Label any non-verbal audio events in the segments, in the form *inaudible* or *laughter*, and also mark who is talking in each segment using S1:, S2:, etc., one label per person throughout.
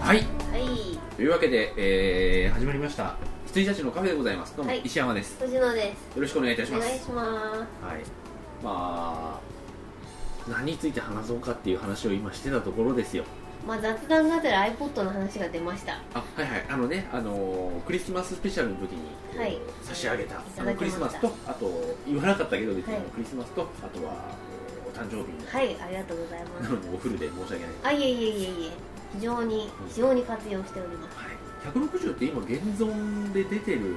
S1: はい
S2: はい
S1: というわけで、えー、始まりました羊たちのカフェでございますどうも
S2: はい
S1: 石山です、
S2: 藤野で
S1: よろしくお願いいた
S2: す
S1: し
S2: お
S1: ま
S2: 願い
S1: す
S2: しま
S1: はいまあ何について話そうかっていう話を今してたところですよ
S2: すまあ雑談がてら iPod の話が出ました
S1: あはいはいあのねあのークリスマススペシャルの時に、えー
S2: はい
S1: 差し上げた
S2: た
S1: あの
S2: だき
S1: ク
S2: ま
S1: リ
S2: した
S1: スマスとあと言わなかったけど別に、
S2: はい
S1: クリスマスとあとは、えーお誕生日の、
S2: はいありがとうございま
S1: な
S2: す
S1: のでおフルで申し訳ない
S2: あいえいえいえいえ非常に非常に活用しております
S1: はい、160って今現存で出てるうん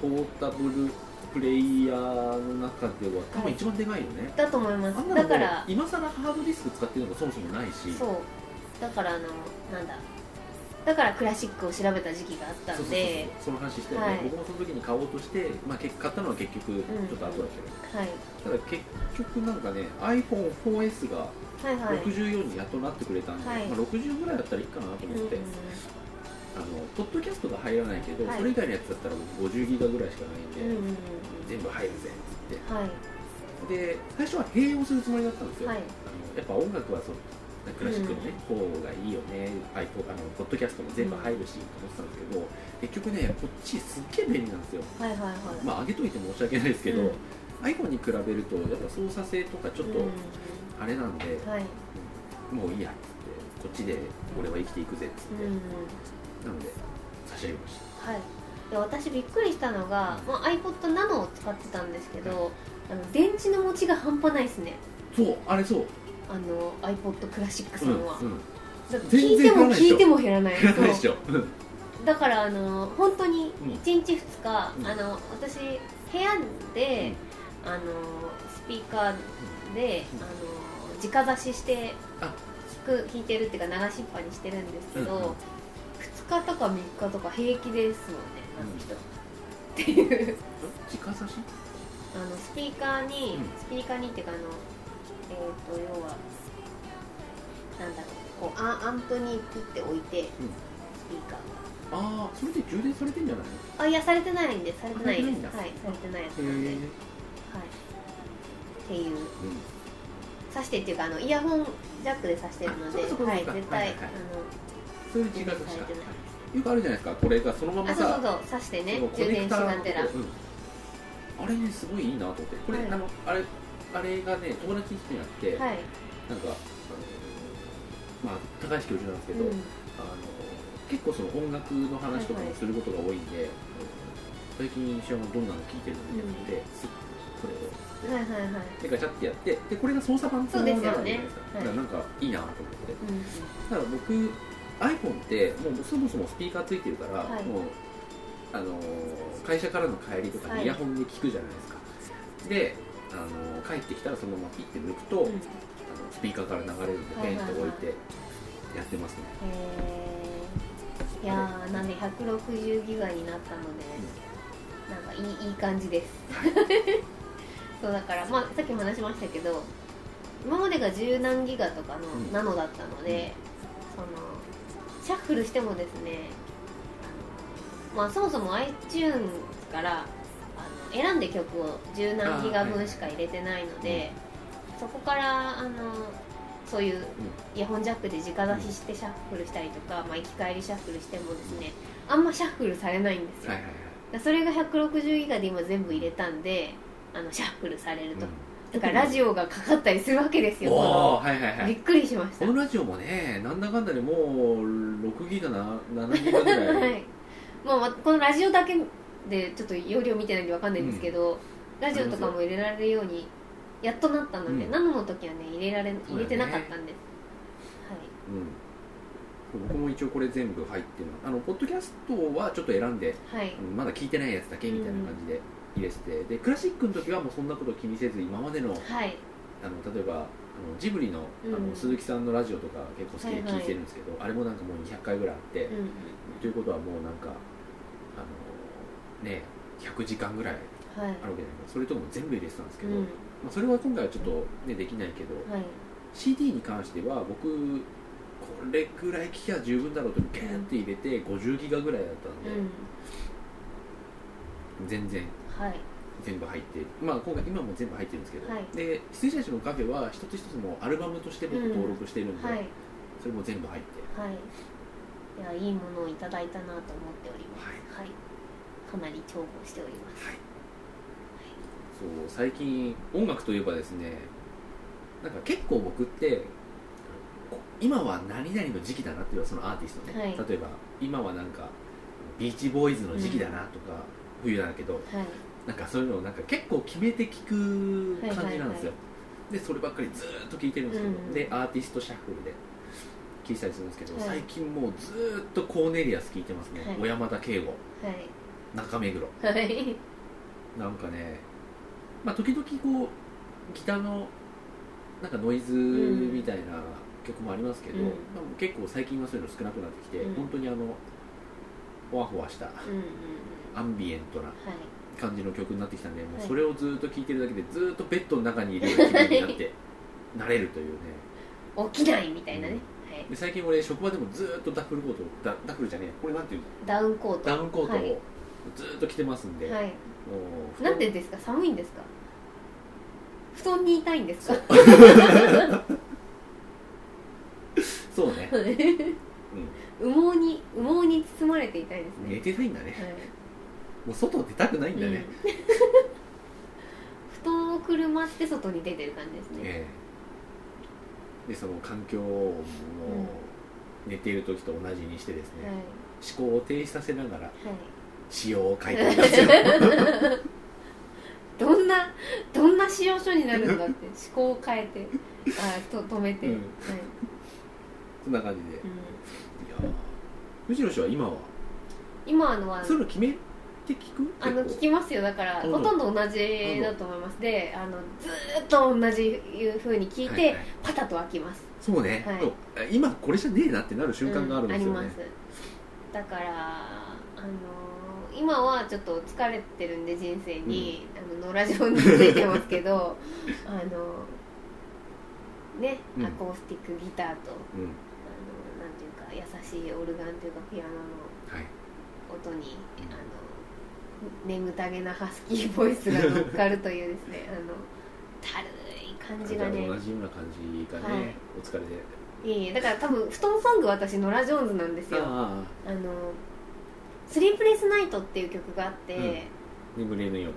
S1: ポータブルプレイヤーの中では多分一番でかいよね、
S2: だと思いま
S1: あん
S2: す
S1: なの
S2: だ
S1: も
S2: から
S1: 今更ハードディスク使ってるのがそもそもないし
S2: そうだからあのなんだだからクラシックを調べた時期があった
S1: そうそうんそう
S2: で
S1: その話して、ね
S2: はい
S1: 僕もその時に買おうとして、まあ、結買ったのは結局ち
S2: ん
S1: ょっと後だけど、
S2: はい
S1: ただ結局なんかね iPhone4S が
S2: はいはい
S1: 64にやっとなってくれたんで、
S2: はい
S1: まあ、60ぐらいだったらいいかなと
S2: うん
S1: 思って、あのポッドキャストが入らないけど、
S2: はい
S1: それ以外のやつだったら僕50ギガぐらいしかないんで、
S2: うんうんうん
S1: 全部入るぜっつっ
S2: はい
S1: てで最初は併用するつもりだったんですよ、
S2: はい
S1: あのやっぱ音楽はそのクラシックのね、方がいいよねアイポあのポッドキャストも全部入るし、と思ってたんですけど結局ねこっちすっげえ便利なんですよ
S2: はいはいはい
S1: まあ上げといて申し訳ないですけど、
S2: うん
S1: iPhone に比べるとやっぱ操作性とかちょっと
S2: うん
S1: あれなんで、
S2: はい
S1: もういいやっつってこっちで俺は生きていくぜっつ
S2: う
S1: って、
S2: ん
S1: なので差し上げまし
S2: はい、で私びっくりしたのが、まあ、iPod nano を使ってたんですけどあの電池の持ちが半端ないですね
S1: たそうあれそう、
S2: あの iPod クラシックさ
S1: うん
S2: んは、
S1: うん、
S2: だから
S1: 全
S2: 聞いて
S1: 然減ら
S2: も
S1: ないでしょ
S2: 聞いても減らない
S1: *laughs* 減らないで
S2: そ
S1: しょ、うん
S2: うだからあの本当に
S1: うん
S2: 1日2日、
S1: うん
S2: あの私部屋で、あのスピーカーで、
S1: うん
S2: あの直差しして
S1: あ
S2: 聞く聞いてるっていうか流しっぱにしてるんですけど、
S1: うんうん
S2: 2日とか3日とか平気ですもんねあの人、っていう
S1: 直差し
S2: あのスピーカーに、
S1: うん
S2: スピーカーにっていうかあのえっ、と要はなんだろうこうアアンプにピッて置いて、スピーカー
S1: ああそれで充電されてんじゃないの
S2: あいやされてないんでされてない
S1: されてない
S2: で
S1: ん
S2: す
S1: だ
S2: はいされてないやつ
S1: へ
S2: なんで、
S1: え
S2: はい、っていう挿してっていうかあのイヤホンジャックで挿してるので
S1: あそうかそうか
S2: はい
S1: そうか
S2: 絶
S1: は
S2: 対、
S1: いはいはいそういう時間
S2: 充電されてない
S1: よくあるじゃないですかこれがそのま
S2: あの
S1: ま
S2: あそうそ
S1: さ
S2: うそう挿してね
S1: そのコ
S2: 充
S1: ネ
S2: 電
S1: ク
S2: し
S1: ター
S2: が
S1: のと
S2: て
S1: こうん
S2: ら
S1: あれねすごいいいなと思ってこれ、
S2: はい
S1: あのあれあれがね友達に人にあって、
S2: はい、
S1: なんかあのまあ高橋教授なんですけど、
S2: うん
S1: あの結構その音楽の話とか
S2: は
S1: も
S2: いはい
S1: することが多いんで、うん最近一緒にどんなの聴いてるのみたいなので、すこれを
S2: はいはいはい
S1: でガチャってやってでこれが操作盤
S2: そうです
S1: な
S2: よね
S1: るじゃないですかだからなんかいいなと思って
S2: うん
S1: ただ僕 iPhone ってもうそもそもスピーカーついてるから、
S2: はい
S1: もうあのー会社からの帰りとか
S2: は
S1: に
S2: い
S1: イヤホンで聞くじゃないですか、で、あのー帰ってきたらそのままピッて抜くと、
S2: うんう
S1: あ
S2: ん
S1: のスピーカーから流れるんで
S2: はい
S1: ペン
S2: はいはい
S1: と置いてやってますね、
S2: えーいやーなんで160ギガになったので、なんかいいいい感じです *laughs* そうだから、まあ、さっきも話しましたけど今までが十何ギガとかの
S1: うん
S2: ナノだったので、そのシャッフルしてもですねあのまあそもそも iTunes からあの選んで曲を十何ギガ分しか入れてないので、そこからあのそういうイヤホンジャックで直出ししてシャッフルしたりとか、まあ、行き帰りシャッフルしてもですねあんまシャッフルされないんですよ、
S1: はいはいはい
S2: だからそれが160ギガで今全部入れたんであのシャッフルされると、だからラジオがかかったりするわけです
S1: うん
S2: よ
S1: おお
S2: こ
S1: はいはい
S2: の
S1: は
S2: びっ
S1: い
S2: くりしました
S1: このラジオもねなんだかんだでもう6ギガな7ギガぐらい、
S2: *laughs* はい、まあまあ、このラジオだけでちょっと容量見てないんでわかんないんですけど、ラジオとかも入れられるようにやっとなったので、
S1: うん
S2: ナノの時はね入れられ
S1: そうだ
S2: 入
S1: よね
S2: れてなかったんです、
S1: うん、僕も一応これ全部入ってますあのポッドキャストはちょっと選んで
S2: はいはい
S1: あのまだ聞いてないやつだけみたいな感じで入れてて、でクラシックの時はもうそんなこと気にせず今までの
S2: はい
S1: あの例えばあのジブリのあの、
S2: うん
S1: 鈴木さんのラジオとか結構好きで
S2: はいはい
S1: 聞いてるんですけど、あれもなんかもう200回ぐらいあって、
S2: うん
S1: ということはもうなんかあのね100時間ぐらい
S2: はい
S1: あるわけじゃないですかそれとも全部入れてたんですけ
S2: う
S1: ど、
S2: ん
S1: まあ、それは今回はちょっと、ね、できないけど、
S2: はい
S1: CD に関しては僕これくらい聴きゃ十分だろうとゲーンって入れて50ギガぐらいだったんで、
S2: うん
S1: 全然
S2: はい
S1: 全部入ってまあ今回今も全部入ってるんですけど、
S2: はい
S1: で羊たちのカフェは一つ一つもうアルバムとして僕登録してるんで、
S2: はい
S1: それも全部入って
S2: はいいやいいものをいただいたなと思っておりますはいかなり重宝しております
S1: そう最近音楽といえばですねなんか結構僕ってこ今は何々の時期だなっていうのはそのアーティストね、
S2: はい
S1: 例えば今はなんかビーチボーイズの時期だなとか、冬なんだけど
S2: はい
S1: なんかそういうのをなんか結構決めて聞く感じなんですよ、
S2: は
S1: でそればっかりずーっと聞いてるんですけど、
S2: うん
S1: でアーティストシャッフルで聞いたりするんですけど、
S2: はい
S1: 最近もうずーっとコーネリアス聞いてますね、
S2: はい
S1: 小山田圭吾
S2: はい
S1: 中目黒
S2: はい
S1: なんかね、まあ、時々こうギターのなんかノイズみたいな曲もありますけど、
S2: うん
S1: でも結構最近はそういうの少なくなってきて、
S2: うん
S1: 本当にあのほわほわした
S2: うんうんうん
S1: アンビエントな
S2: はい
S1: 感じの曲になってきたんでも
S2: は
S1: う
S2: い
S1: それをずっと聴いてるだけでずっとベッドの中にいるような気分になって
S2: *laughs*
S1: なれるというね
S2: 起きないみたいなね、はい、
S1: で最近俺職場でもずっとダッフルコートダダッフルじゃねえこれなんていうの
S2: ダウンコート
S1: ダウンコート
S2: はい
S1: をずっと着てますんで、
S2: はい
S1: もう布団
S2: なんでですか寒いんですか布団にいたいんですか
S1: そう
S2: *laughs*
S1: ね
S2: 羽毛に羽毛に包まれていたいですね
S1: 寝てないんだね
S2: はい
S1: もう外出たくないんだね、
S2: うん、布団をくるまって外に出てる感じですね、
S1: ええでその環境を寝ている時と同じにしてですね、思考を停止させながら
S2: はいはい
S1: 仕様を書いていますよ
S2: どんなどんな仕様書になるんだって *laughs* 思考を変えてあと止めて、
S1: うん
S2: はい、
S1: そんな感じで、
S2: う
S1: い
S2: ん、
S1: やー藤野氏は今は
S2: 今のは
S1: そういうの決めて聞く
S2: あの聞
S1: 結
S2: きますよだから、
S1: うん
S2: ほとんど同じだと思います、であのずーっと同じいうふうに聞い
S1: 構
S2: て、
S1: はいはい
S2: パタッと開きます
S1: そうね、
S2: はい
S1: そうあ今これじゃねえなってなる瞬間があるんですよ
S2: う
S1: ね、
S2: ありますだからあのー今はちょっと疲れてるんで人生に、あの野良状についてます
S1: *laughs*
S2: けどあのーね、
S1: うん
S2: アコースティックギターとあ
S1: う
S2: の
S1: ん
S2: なんていうか優しいオルガンというかピアノの
S1: はい
S2: 音に
S1: うん
S2: あの眠たげなハスキーボイスが乗っかるというで
S1: *laughs*
S2: すねあのたるい感じがね
S1: 同じような感じがね、
S2: はい
S1: お疲れで
S2: いえいえだから多分布団ソング私ノラ・ジョーンズなんですよ
S1: ああ
S2: あの「スリープレスナイト」っていう曲があって、
S1: 眠れぬ夜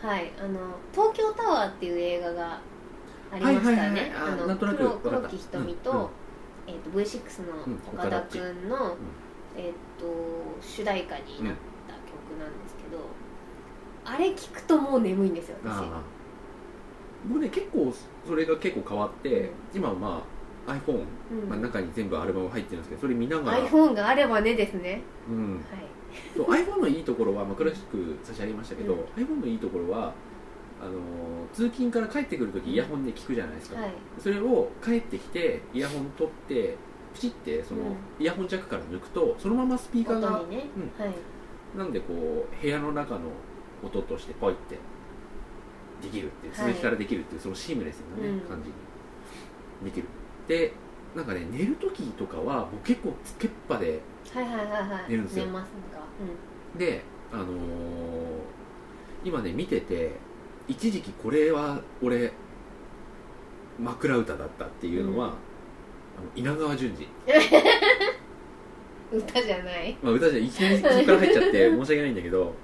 S2: はいあの東京タワーっていう映画がありました
S1: はいはい
S2: ね
S1: はいあ
S2: あ
S1: な
S2: の
S1: んとなく
S2: 黒
S1: わかった
S2: 黒木瞳と,、
S1: うんうん
S2: えー、と V6
S1: うん
S2: の
S1: 岡
S2: 岡
S1: 田
S2: 田
S1: っち
S2: 君の、
S1: ん
S2: えー、と主題歌になった曲なんですけど、あれ聞くともう眠いんですよ私
S1: ああ僕ね結構それが結構変わって、
S2: うん
S1: 今はまあ iPhone、
S2: うん
S1: まあ、中に全部アルバム入ってるんですけどそれ見ながら、
S2: iPhone があればねですね
S1: うん、
S2: はい
S1: そう iPhone のいいところは、まあ、クラシック差し上げましたけど、
S2: うん
S1: iPhone のいいところはあのー通勤から帰ってくるときイヤホンで聞くじゃないですか、
S2: はい
S1: それを帰ってきてイヤホン取ってピチってその、
S2: うん
S1: イヤホンジャックから抜くとそのままスピーカーが
S2: 音にね、
S1: う
S2: はい
S1: なんでこう部屋の中の音としてポイってできるっていう
S2: はい
S1: 続きからできるっていう、そのシームレスな、ね
S2: うん
S1: 感じにできるでなんかね寝る時とかはもう結構つけっぱで
S2: はいはいはいはい
S1: 寝るんですよ
S2: 寝ますか、うん
S1: であのー今ね見てて一時期これは俺枕歌だったっていうのは、
S2: う
S1: あ
S2: ん
S1: の稲川淳二、
S2: 歌じゃない
S1: まあ、歌じゃいきなりそこから入っちゃって申し訳ないんだけど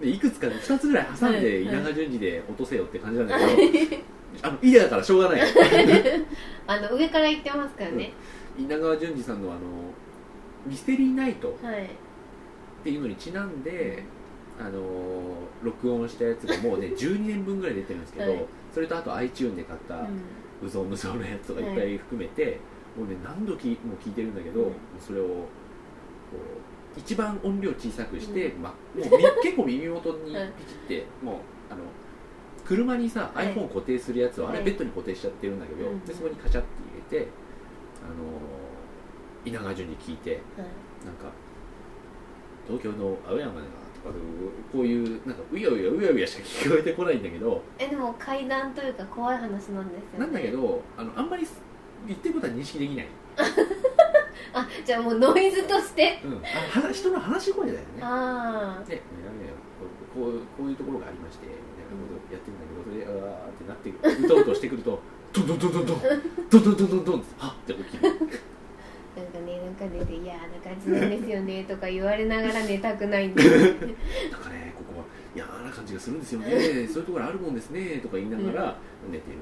S1: でいくつか2つぐらい挟ん
S2: は
S1: で
S2: い
S1: 稲川淳二で落とせよって感じなんだけど、あのイデアだからしょうがない *laughs*
S2: あの上から言ってますからね、
S1: 稲川淳二さんのあのミステリーナイト
S2: はい
S1: っていうのにちなんで、あの録音したやつがもうね12年分ぐらい出てるんですけど、
S2: はい
S1: それとあと iTune で買った、
S2: う
S1: うぞうむぞうのやつとかいっぱい含めて、俺ね何度きも聞いてるんだけど、
S2: うん
S1: もうそれをこう一番音量小さくして、
S2: う
S1: ま、もうみ *laughs* 結構耳元にピ
S2: はい
S1: チって、もうあの車にさ
S2: はい
S1: iPhone 固定するやつを、あ
S2: は
S1: れ
S2: い
S1: ベッドに固定しちゃってるんだけど、
S2: うん
S1: でそこにカチャって入れて、あのー稲川淳に聞いて
S2: んはい
S1: なんか東京の青山だなとかこういうなんかうやうやうやうやしか聞こえてこないんだけど
S2: えでも怪談というか怖い話なんですよ、ね、
S1: なんだけどあのあんまり言ってることは認識できない。
S2: あじゃあもうノイズとして
S1: うん、あ話人の話し声だよね。
S2: あ
S1: で、なんだよこうこうこういうところがありまして、みたいなことやってるんだけど、それで、あーってなって、うとうとしてくると、ドンドンドンドンドン、ドンドンドンドンドンって、はっって起きる。
S2: 中寝て「いやーな感じなんですよね」とか言われながら寝たくないんですよね
S1: なんかねここは嫌な感じがするんですよねそういうところあるもんですねとか言いながら寝てる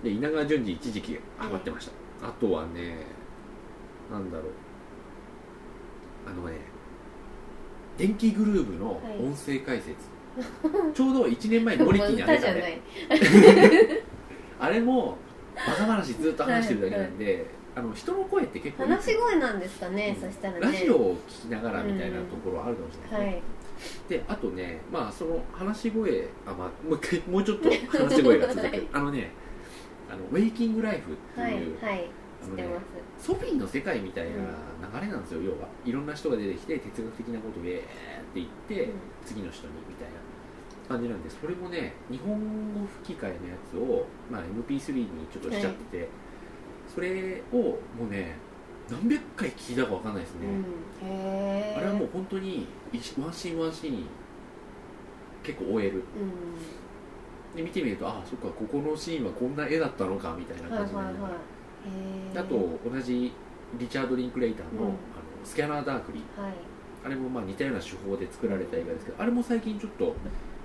S1: っていうで稲川淳二一時期ハマってましたあとはねなんだろうあのね電気グルーヴの音声解説、ちょうど1年前にモリキー
S2: *laughs*
S1: にあ
S2: 歌
S1: げ
S2: じ
S1: た
S2: ゃ
S1: ね
S2: ない
S1: あれもバカ話ずっと話してるだけなんで、あの人の声って結構いい
S2: 話し声なんですかね、そしたらね
S1: ラジオを聞きながらみたいなところはあるかもしれ
S2: は
S1: ない、
S2: い
S1: であとねまあその話し声あ、まあ、もう一回もうちょっと話し声が続
S2: *laughs* は
S1: く
S2: い
S1: あのねあのウェイキングライフって
S2: はい
S1: いう、
S2: は
S1: あ
S2: い知
S1: の
S2: って
S1: ね
S2: ます
S1: ソフィーの世界みたいな流れなんですよ、要はいろんな人が出てきて哲学的なことをえーって言って、次の人にみたいな感じなんでそれもね日本語吹き替えのやつを、まあ、MP3 にちょっとしちゃってて、それをもうね何百回聞いたかわかんないです
S2: う
S1: ね、
S2: ん、うん、へえ
S1: あれはもう本当に一ワンシーンワンシーン結構終える
S2: うん
S1: で見てみるとああそっかここのシーンはこんな絵だったのかみたいな
S2: はい
S1: 感
S2: はい
S1: じになる
S2: はいへえ
S1: あと同じリチャード・リンクレイターの,、
S2: うん
S1: あのスキャナー・ダークリー
S2: はい
S1: あれもまあ似たような手法で作られた映画ですけどあれも最近ちょっと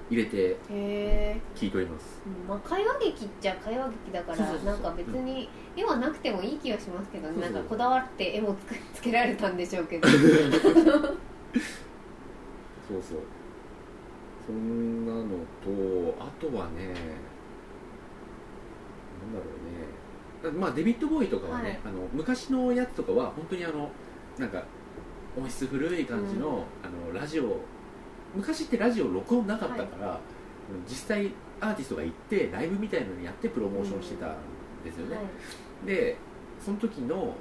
S1: 入れて
S2: へえ
S1: 聞いております
S2: うんまあ、会話劇っちゃ会話劇だから
S1: そうそうそう
S2: なんか別に絵はなくてもいい気がしますけどね
S1: そうそ
S2: な
S1: うん
S2: かこだわって絵もつくつけられたんでしょう
S1: *laughs*
S2: けど
S1: そうそうそんなのとあとはねなんだろうねまあデビッド・ボーイとかはね、
S2: はい
S1: あの昔のやつとかは本当にあのなんか音質古い感じの,、
S2: うん
S1: あのラジオ昔ってラジオ録音なかったから、実際アーティストが行ってライブみたいなのやってプロモーションしてたんですよね、でその時の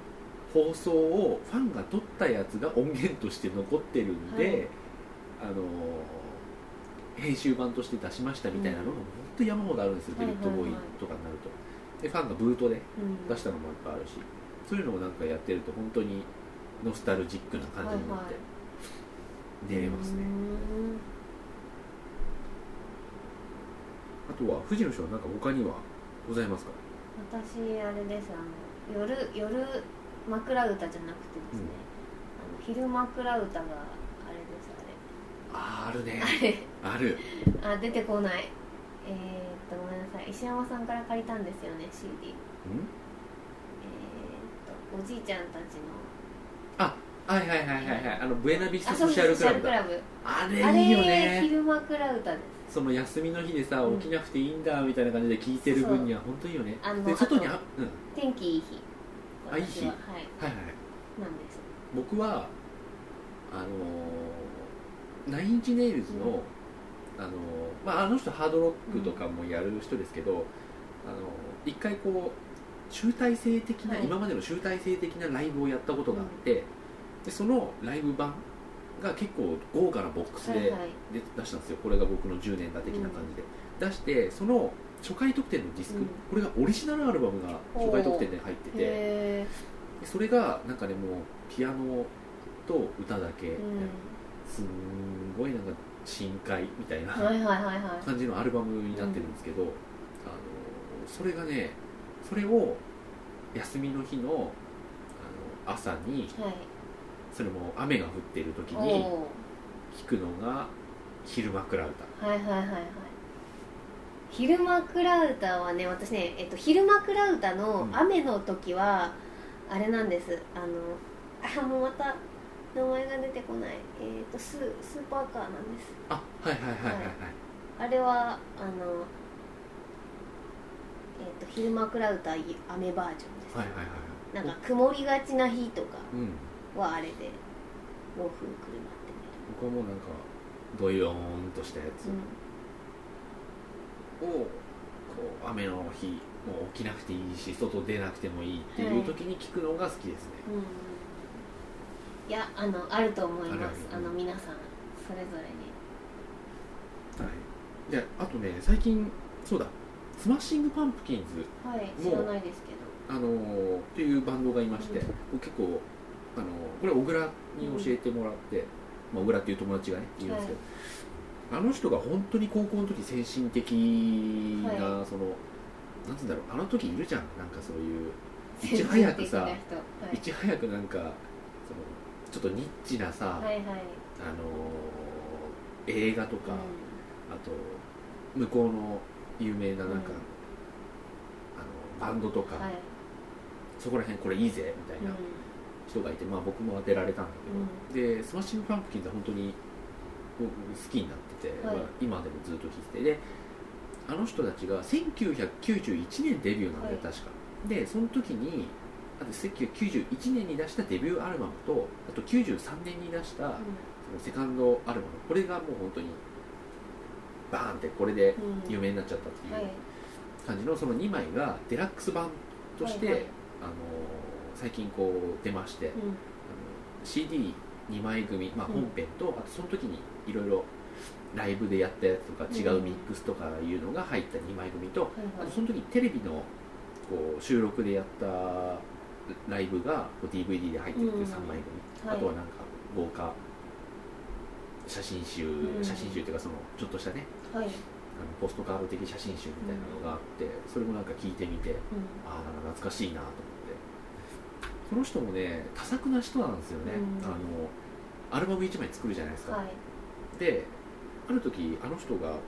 S1: 放送をファンが撮ったやつが音源として残ってるんで、あのー編集版として出しましたみたいなのが本当に山ほどあるんですよ、
S2: はい
S1: デビッド・ボーイとかになると、でファンがブートで
S2: うん
S1: 出したのもいっぱいあるしそういうのをなんかやってると本当にノスタルジックな感じになっ
S2: はいは
S1: て出れますね、
S2: うーん
S1: あとは藤野賞なんか他にはございますか
S2: 私あれですあの夜夜枕歌じゃなくてですね、あの昼枕歌があれですあれ
S1: あーあるね
S2: あれ
S1: ある
S2: あ出てこないえー、っとごめんなさい石山さんから借りたんですよね CD えー、っとおじいちゃんたちの
S1: はいはいはいはいはいあのブエナビスタソシャルクラブだ
S2: あそう
S1: あ
S2: ソシャルクラブあ
S1: れ
S2: れ
S1: いいよね
S2: 昼枕歌です
S1: その休みの日でさ
S2: うん
S1: 起きなくていいんだみたいな感じで聞いてる分には本当にいいよね
S2: あの
S1: で外にあ
S2: あ
S1: うんは
S2: 天気いい日
S1: あいい日
S2: 私ははい
S1: はいはい
S2: なんです
S1: 僕はあのーナインチネイルズの、
S2: うん
S1: あのーまああの人ハードロックとかもやる人ですけど、あのー一回こう集大成的な、
S2: はい
S1: 今までの集大成的なライブをやったことがあって、でそのライブ版が結構豪華なボックス
S2: は
S1: で
S2: いはい
S1: で出したんですよこれが僕の10年だ的な感じで、出してその初回特典のディスク、
S2: うん
S1: これがオリジナルアルバムが初回特典で入っててで
S2: へ
S1: それがなんかねもうピアノと歌だけ、
S2: えうん
S1: すんごいなんか深海みたいな
S2: はいはいはいはい
S1: 感じのアルバムになってるんですけど、あのそれがねそれを休みの日のあの朝に
S2: はい
S1: それも雨が降ってる時
S2: お
S1: に
S2: お
S1: 聴くのが昼枕歌
S2: ーはいはいはいはい昼枕歌はね私ね、えっと、昼枕歌
S1: う
S2: の
S1: ん
S2: 雨の時はあれなんですあのあもうまた名前が出てこないえっとススーパーカーなんです
S1: あはいはいはいはいはい、
S2: あれはあのえっ、と昼間クラウター雨バージョンです、
S1: はいはいはいはい
S2: なんか曇りがちな日とか
S1: うん
S2: はあれで毛布くるまって
S1: 僕はもうなんかドヨーンとしたやつ
S2: 寝る、
S1: をこう雨の日もう起きなくていいし外出なくてもいいっていう時に聞くのが好きですね、
S2: うんうんいやあのあると思います
S1: あるあ
S2: あ
S1: る
S2: の皆さんそれぞれに
S1: はいであとね最近そうだスマッシングパンプキンズ
S2: はい
S1: もう
S2: 知らないですけど
S1: あのーっていうバンドがいまして、
S2: うん
S1: 僕結構、あのーこれ小倉に教えてもらって、まあ、小倉っていう友達がねいるんですけど、あの人が本当に高校の時精神的な、
S2: は
S1: そのなんつうんだろうあの時いるじゃんなんかそういういち早くさ
S2: はい
S1: ち早くなんかそのちょっとニッチなさ、
S2: いはいはい
S1: あのー映画とか、
S2: う
S1: あ
S2: ん
S1: と向こうの有名ななんか、
S2: うん
S1: あのバンドとか、
S2: はい
S1: そこら辺これいいぜみたいな人がいて、まあ、僕も当てられたんだけど、でスマッシング・パンプキンズは本当に僕好きになってて、
S2: はい
S1: まあ今でもずっと聴いててであの人たちが1991年デビューなんだよ、
S2: はい
S1: 確かでその時にあと1991年に出したデビューアルバムとあと93年に出した、そのセカンドアルバムこれがもう本当にバーンってこれで
S2: うんうん
S1: 有名になっちゃったって
S2: はい
S1: いう感じのその2枚がデラックス版として、
S2: はいはい
S1: あのー最近こう出まして、あの CD2 枚組、まあ、
S2: うん
S1: 本編と、あとその時にいろいろライブでやったやつとか違うミックスとかいうのが入った2枚組と、
S2: うん
S1: あ
S2: はい
S1: と
S2: はい
S1: その時にテレビのこう収録でやったライブがこう DVD で入ってるっていう3枚組、
S2: は
S1: あ
S2: い
S1: とはなんか豪華写真集、
S2: うん
S1: 写真集っていうかそのちょっとしたね
S2: はい
S1: あのポストカード的写真集みたいなのがあって、それもなんか聞いてみて
S2: うん
S1: ああなんか懐かしいなと思ってこの人もね多作な人なんですよね、
S2: うん
S1: あのアルバム1枚作るじゃないですか、
S2: はい
S1: である時あの人がこ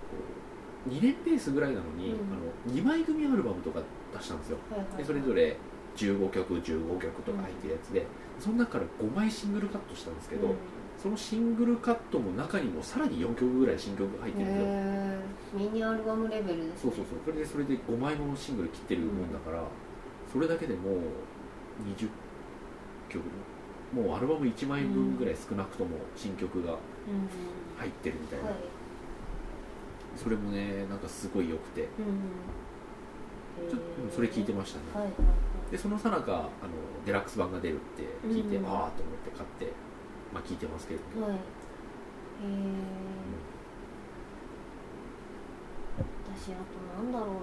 S1: う2年ペースぐらいなのに、
S2: うん
S1: あの2枚組アルバムとか出したんですよ
S2: はいはい
S1: でそれぞれ15曲15曲とか入ってるやつで、その中から5枚シングルカットしたんですけど、
S2: うん
S1: そのシングルカットも中にもさらに4曲ぐらい新曲が入ってるんですよ、
S2: へーミニアルバムレベルです
S1: そう
S2: ね
S1: そうそうそれでそれで5枚ものシングル切ってるもんだから、それだけでもう20曲もうアルバム1枚分ぐらい少なくとも新曲が
S2: うん
S1: 入ってるみたいな、
S2: はい
S1: それもねなんかすごい良くて
S2: うん
S1: ちょっとそれ聞いてましたね、
S2: はいはい
S1: でそのさなかあのデラックス版が出るって聞いて、
S2: うん
S1: ああと思って買って、まあ、聞いてますけれども、
S2: はいはいえ私あとなんだろうな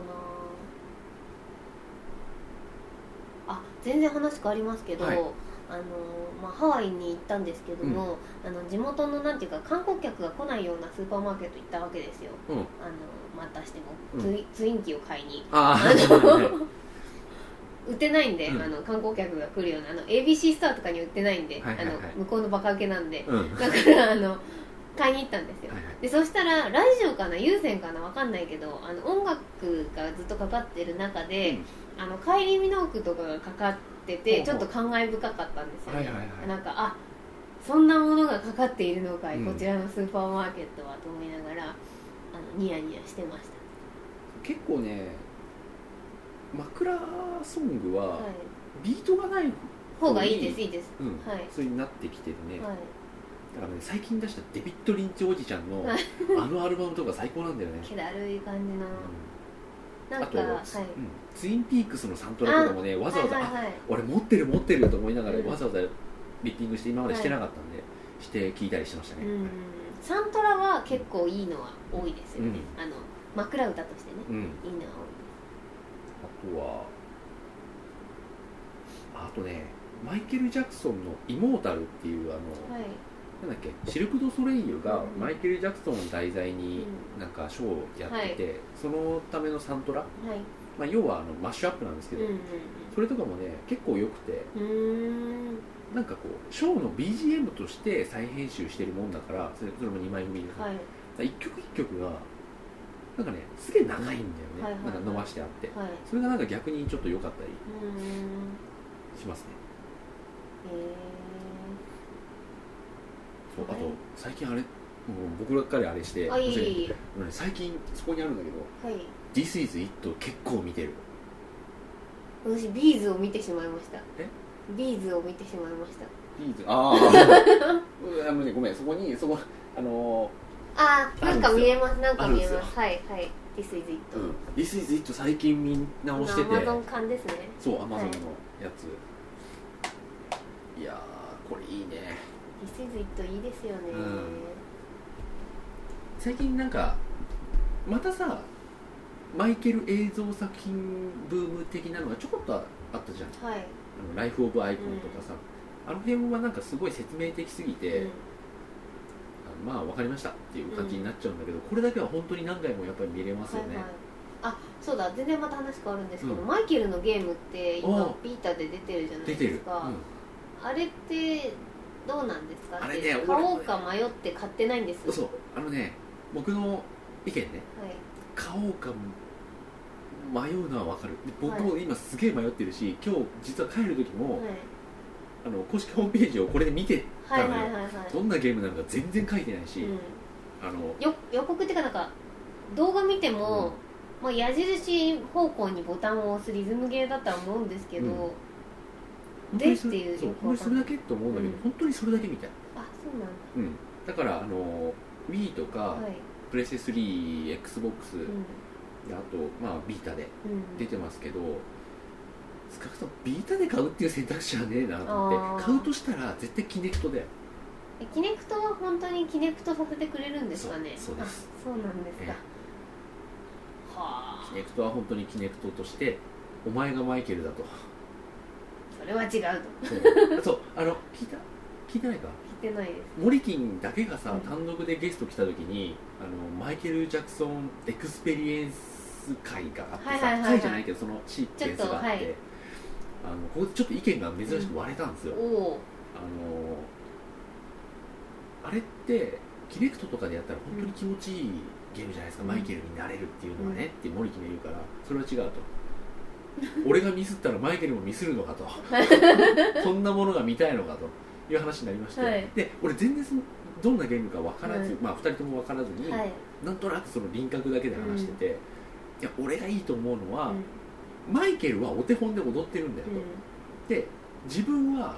S2: あ全然話変わりますけど、
S1: はい
S2: あのまあ、ハワイに行ったんですけども、あの地元のなんていうか観光客が来ないようなスーパーマーケット行ったわけですよ、
S1: うん
S2: あのまたしても
S1: うん
S2: ツイ,、ツインキーを買いに
S1: ああ、
S2: *laughs* 売ってないんで、
S1: うん
S2: あの観光客が来るようなあの ABC スターとかに売ってないんで、
S1: はいはいはい
S2: あの向こうのバカ受けなんで
S1: うん、はい
S2: だからあの買いに行ったんですよ
S1: はい、
S2: でそしたらラジオかな有線かなわかんないけどあの音楽がずっとかかってる中で「あの帰りミノーク」とかがかかってて
S1: ほ
S2: ち
S1: う
S2: ょ
S1: ほう
S2: っと感慨深かったんですよ、
S1: はいはいはい
S2: なんかあそんなものがかかっているのかい、
S1: うん
S2: こちらのスーパーマーケットはと思いながらあのニヤニヤしてまし
S1: 結構ね枕ソング
S2: た、
S1: は
S2: はい、
S1: ビートがない、
S2: 方がいいですいいです
S1: うん
S2: はい
S1: それになってきてるね、
S2: はい
S1: だからね最近出したデビッド・リンチおじちゃんの
S2: は
S1: *laughs* あのアルバムとか最高なんだよね、
S2: 気だるい感じの
S1: うん
S2: な
S1: あ
S2: んか
S1: と、
S2: はい
S1: うんツインピークスのサントラとかもねわざわざ、
S2: はいはいはい
S1: あ俺持ってる持ってると思いながら、
S2: うん
S1: わざわざリッピングして今までしてなかったんで、して聞いたりしてました
S2: う
S1: ね、
S2: んサントラは結構いいのは多いですよね、
S1: う
S2: あの枕歌としてね
S1: うん
S2: いいのは
S1: あとはあとねマイケル・ジャクソンの「イモータル」っていうあの、
S2: 多いはい
S1: なんだっけシルク・ドゥ・ソレイユが
S2: うん
S1: マイケル・ジャクソンを題材に
S2: う
S1: なんかショーをやってて、そのためのサントラ、
S2: はい
S1: まあ、要はあのマッシュアップなんですけ
S2: うん
S1: ど、それとかもね結構良くて
S2: うんうんうーん
S1: なんかこうショーの BGM として再編集してるもんだからそれそれも2枚組ですね、
S2: はい
S1: 一曲一曲がなんかねすげえ長いんだよね、
S2: はいはいはい
S1: なんか伸ばしてあって
S2: はい
S1: それがなんか逆にちょっと良かったり
S2: うーん
S1: しますね
S2: え
S1: そうあ
S2: はい
S1: と最近あれもう僕ばっかりあれして
S2: ー、あい
S1: 申し訳ない
S2: い
S1: あのね最近そこにあるんだけど
S2: はい
S1: 「This is It」結構見てる
S2: 私ビーズを見てしまいました
S1: え
S2: ビーズを見てしまいました
S1: ビーズあーうんあのねごめんそこにそこあの
S2: あーなんか見えますなんか見え
S1: あるん
S2: ま
S1: です
S2: はいはい This is it、
S1: ー「This is It」最近見直してて
S2: アマゾン缶ですね
S1: そうアマゾン
S2: は
S1: のやつ、い、やーこれいいね
S2: This is it いいですよね、
S1: うん最近なんかまたさマイケル映像作品ブーム的なのがちょこっとあったじゃん「
S2: はい
S1: あのライフ・オブ・アイコン」とかさ、あの辺はなんかすごい説明的すぎて、
S2: うん
S1: あのまあ分かりましたっていう感じになっちゃうんだけど、これだけは本当に何回もやっぱり見れますよね、
S2: はいはいあそうだ全然また話変わるんですけど、
S1: うん
S2: マイケルのゲームって
S1: お
S2: 今
S1: う
S2: ビータで出てるじゃない
S1: 出て
S2: で
S1: る
S2: す、か、あれってどうなんですか
S1: あ
S2: っ
S1: れ
S2: て
S1: ね
S2: 買おうか迷って買ってないんです
S1: うん、そうあのね僕の意見ね
S2: はい
S1: 買おうか迷うのは分かるで僕も今すげえ迷ってるし今日実は帰る時も、あの公式ホームページをこれで見てた
S2: は
S1: の
S2: い
S1: よ、
S2: はいはいはいはい、
S1: どんなゲームなのか全然書いてないし、
S2: う
S1: あの
S2: ん、よ予告っていうかなんか動画見ても、まあ、矢印方向にボタンを押すリズムゲーだとは思うんですけど、
S1: うん
S2: んでっていう
S1: そう
S2: よ
S1: 本当に
S2: くわか
S1: そ
S2: ん
S1: れ
S2: な
S1: だけ
S2: い
S1: と思うんだけど、
S2: うん
S1: 本当にそれだけみたい、
S2: あそうなん
S1: うん、だからあの Wii とか、
S2: だはい、
S1: プレステ 3XBOX
S2: うん
S1: であとまあビータで
S2: うん、
S1: 出てますけど少なくともビータで買うっていう選択肢はねえなと思
S2: あ
S1: っ
S2: ー
S1: て買うとしたら絶対キネクトだよ
S2: えキネクトは本当にキネクトさせてくれるんですかね
S1: そうそうです
S2: あそうなんですか
S1: ええ
S2: はあ
S1: キネクトは本当にキネクトとしてお前がマイケルだ
S2: *laughs*
S1: と
S2: それは違うと聞
S1: そうそうあの聞いた聞いてないか
S2: いてないです
S1: モリキンだけがさ
S2: うん
S1: 単独でゲスト来た時にあのマイケル・ジャクソンエクスペリエンス会があってさ、
S2: はいはいはいはい
S1: 会じゃないけどそのシークエンスがあって、
S2: ちょっとはい
S1: あのここでちょっと意見が珍しく割れたんですよ、
S2: お
S1: あ
S2: お
S1: のーあれってキネクトとかでやったら本当に気持ちいいゲームじゃないですか、
S2: うん
S1: マイケルになれるっていうのはね、
S2: う
S1: っ
S2: ん
S1: て森木が言うからそれは違うと *laughs* 俺がミスったらマイケルもミスるのか
S2: *laughs*
S1: とそんなものが見たいのかという話になりまして、
S2: はい
S1: で俺全然そのどんなゲームか分からず、
S2: はい
S1: まあ2人とも分からずに、
S2: はい、
S1: なんとなくその輪郭だけで話してて、いや俺がいいと思うのは、マイケルはお手本で踊ってるんだよ
S2: う
S1: と、
S2: ん
S1: で自分は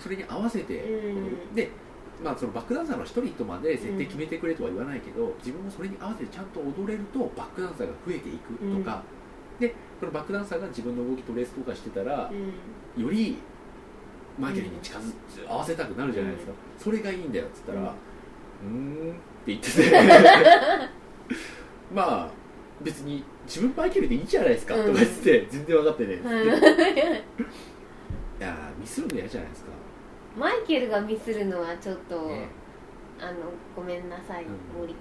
S1: それに合わせて、
S2: うん
S1: でまあそのバックダンサーの一人とまで設定決めてくれとは言わないけど、自分もそれに合わせてちゃんと踊れるとバックダンサーが増えていくとか、でそのバックダンサーが自分の動きトレースとかしてたら
S2: う、ん
S1: よりマイケルに近づ、合わせたくなるじゃないですか、それがいいんだよっつったら「うーん」って言ってて *laughs* まあ別に自分マイケルでいいじゃないですか、とか言ってて全然分かってねえっつって、
S2: うん
S1: *laughs* いやーミスるの嫌じゃないですか、
S2: マイケルがミスるのはちょっと、
S1: ね、
S2: あのごめんなさい、
S1: うん
S2: 森木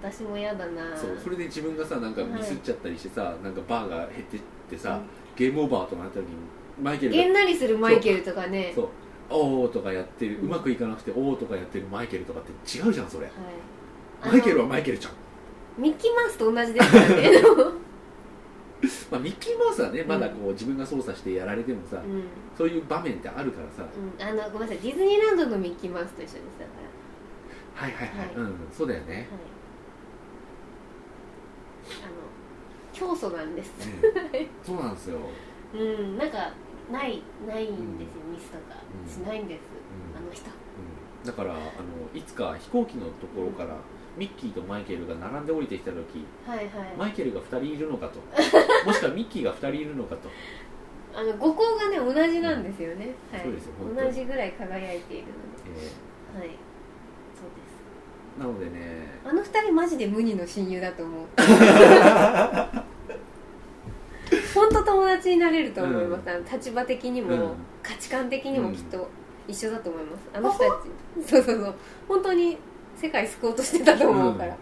S2: 私も嫌だな
S1: そうそれで自分がさなんか
S2: はい
S1: ミスっちゃったりしてさ、なんかバーが減ってってさ、ゲームオーバーとかなった時にマイケル
S2: げ
S1: が
S2: んなりするマイケルとかね
S1: そうおーとかやってる、
S2: う
S1: うんまくいかなくておーとかやってるマイケルとかって違うじゃんそれ
S2: はい
S1: マイケル
S2: あ
S1: はマイケルちゃん、
S2: のミッキーマウスと同じですから
S1: *laughs*
S2: ねでも
S1: まあ、ミッキーマウスはねまだこう、
S2: う
S1: 自分が操作してやられてもさ、
S2: うん
S1: そういう場面ってあるからさ、
S2: うん、あのごめんなさいディズニーランドのミッキーマウスと一緒ですだか
S1: はいはいはい、
S2: はい
S1: うんそうだよ
S2: ら、は
S1: ね
S2: い、、あの教祖なんです
S1: うん、 *laughs* そうなんですよ、う
S2: うんなんかないないんですよ、ミスとか
S1: うん
S2: しないんです、
S1: ん
S2: あの人
S1: うんだからあのいつか飛行機のところからミッキーとマイケルが並んで降りてきた時
S2: はいはい
S1: マイケルが2人いるのか *laughs* ともしくはミッキーが2人いるのかと
S2: あの五行がね同じなんですよね、はい
S1: そうですよ本当に
S2: 同じぐらい輝いているの
S1: え
S2: ではいそうです
S1: ーなのでね
S2: あの二人マジで無二の親友だ
S1: *laughs*
S2: と思う本当友達になれると思います、
S1: うん
S2: あの立場的にも、
S1: うん
S2: 価値観的にもきっと一緒だと思います、あの人たちそうそうそう本当に世界救おうとしてたと思う
S1: い
S2: から、うん
S1: や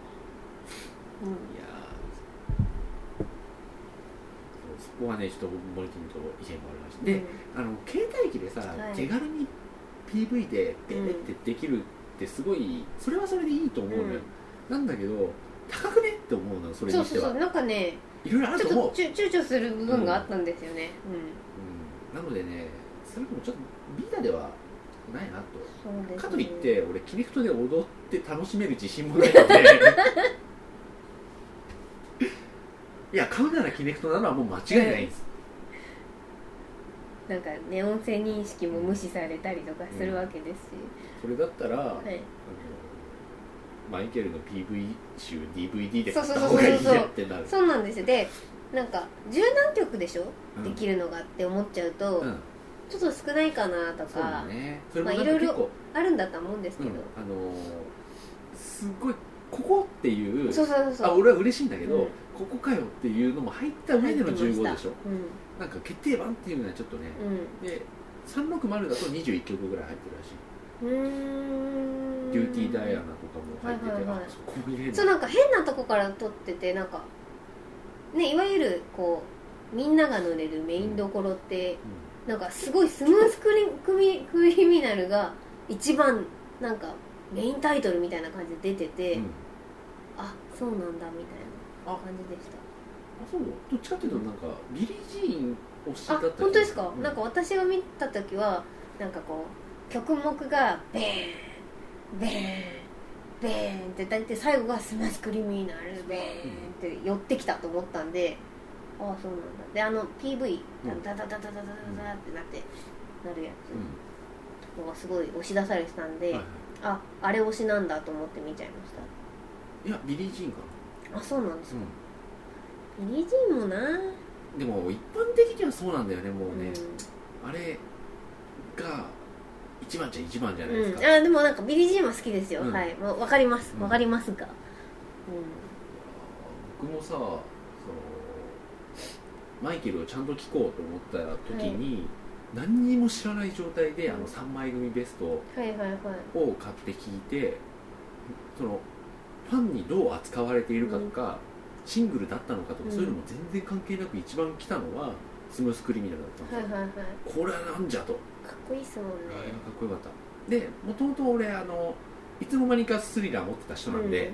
S1: ーそうそこはねちょっと森君と意見もありましたで、あの携帯機でさ、
S2: はい
S1: 手軽に PV でペッてできるってすごいそれはそれでいいと思うのよ、なんだけど高くねって思うのよそ
S2: うん
S1: れ
S2: そう
S1: にし
S2: そう
S1: て
S2: そ
S1: は
S2: うなんかね
S1: いろいろある
S2: ちょ
S1: と
S2: っと
S1: 思う
S2: ちゅ躊躇する部分があったんですよね
S1: うんなのでね、それともちょっとビーダではないなと。
S2: うん、そうですね
S1: かといって、俺、キネクトで踊って楽しめる自信もないの
S2: *laughs*
S1: で。いや、買うならキネクトなのはもう間違いないんです。
S2: なんかね音声認識も無視されたりとかするわけですし、
S1: それだったら、あの
S2: はい、
S1: マイケルの PV 集 DVD で買った方がいいやってなる。
S2: そうなんですよでなんか十何曲でしょ、
S1: うん
S2: できるのがって思っちゃうと、
S1: うん、
S2: ちょっと少ないかなと
S1: そうだ
S2: か、
S1: ね。それもなん
S2: まあ
S1: か
S2: いろい
S1: 結
S2: ろ
S1: 構、
S2: あるんだとは思うんですけ
S1: うん、
S2: ど、
S1: あのーすごい、ここっていう、
S2: そうそうそうそう
S1: あ俺は嬉しいんだけど、
S2: うん
S1: ここかよっていうのも入った上での15でしょ
S2: うん
S1: なんか決定版っていうのはちょっとね、
S2: うん
S1: で360だと21曲ぐらい入ってるらしい
S2: うーん
S1: デューティーダイアナとかも入ってて、
S2: はいはいはい
S1: あそこも入れる
S2: そうなんか変なとこから撮っててなんかねいわゆるこうみんなが乗れるメインどころって、なんかすごいスムースクリクミクリミナルが一番なんかメインタイトルみたいな感じで出てて、
S1: うんうん
S2: あそうなんだみたいな
S1: あ
S2: 感じでした
S1: あそうどっちかっていうとなんかビリー・ジーン推しだ
S2: あ
S1: った
S2: 本
S1: 気が
S2: 当ですか、
S1: う
S2: なんか私が見た時はなんかこう曲目がベーンベーンベーンって大体最後がスマスクリミナルベーンって寄ってきたと思ったんでああそうなんだであの PV
S1: うん
S2: ダダダダダダダダってなってなるや
S1: うん
S2: つとかがすごい押し出されてたんで、
S1: はいは
S2: ああれ推しなんだと思って見ちゃいまし
S1: い、いやビリー・ジーンか
S2: たあそうなんです
S1: な、
S2: ビリージーンもな
S1: でも一般的にはそうなんだよねもうね、
S2: うん
S1: あれが一番じゃ一番じゃないです
S2: うん、
S1: か、
S2: あでもなんかビリー・ジーンは好きですよ、
S1: うん
S2: はいわわかります
S1: うん
S2: わかりますが、
S1: 僕もさそのマイケルをちゃんと聴こうと思った時に、何にも知らない状態であの3枚組ベストを
S2: うん、はいはいはい
S1: 買って聴いてそのファンにどう扱われているかとか、シングルだったのかとか、
S2: うん
S1: そういうのも全然関係なく一番来たのはスムースクリミナルだったんです
S2: はい
S1: よ、
S2: はいはい
S1: これはなんじゃと
S2: かっこいいっすもんね
S1: あれはかっこよかったでもともと俺あのいつの間にかスリラー持ってた人なんで、
S2: うん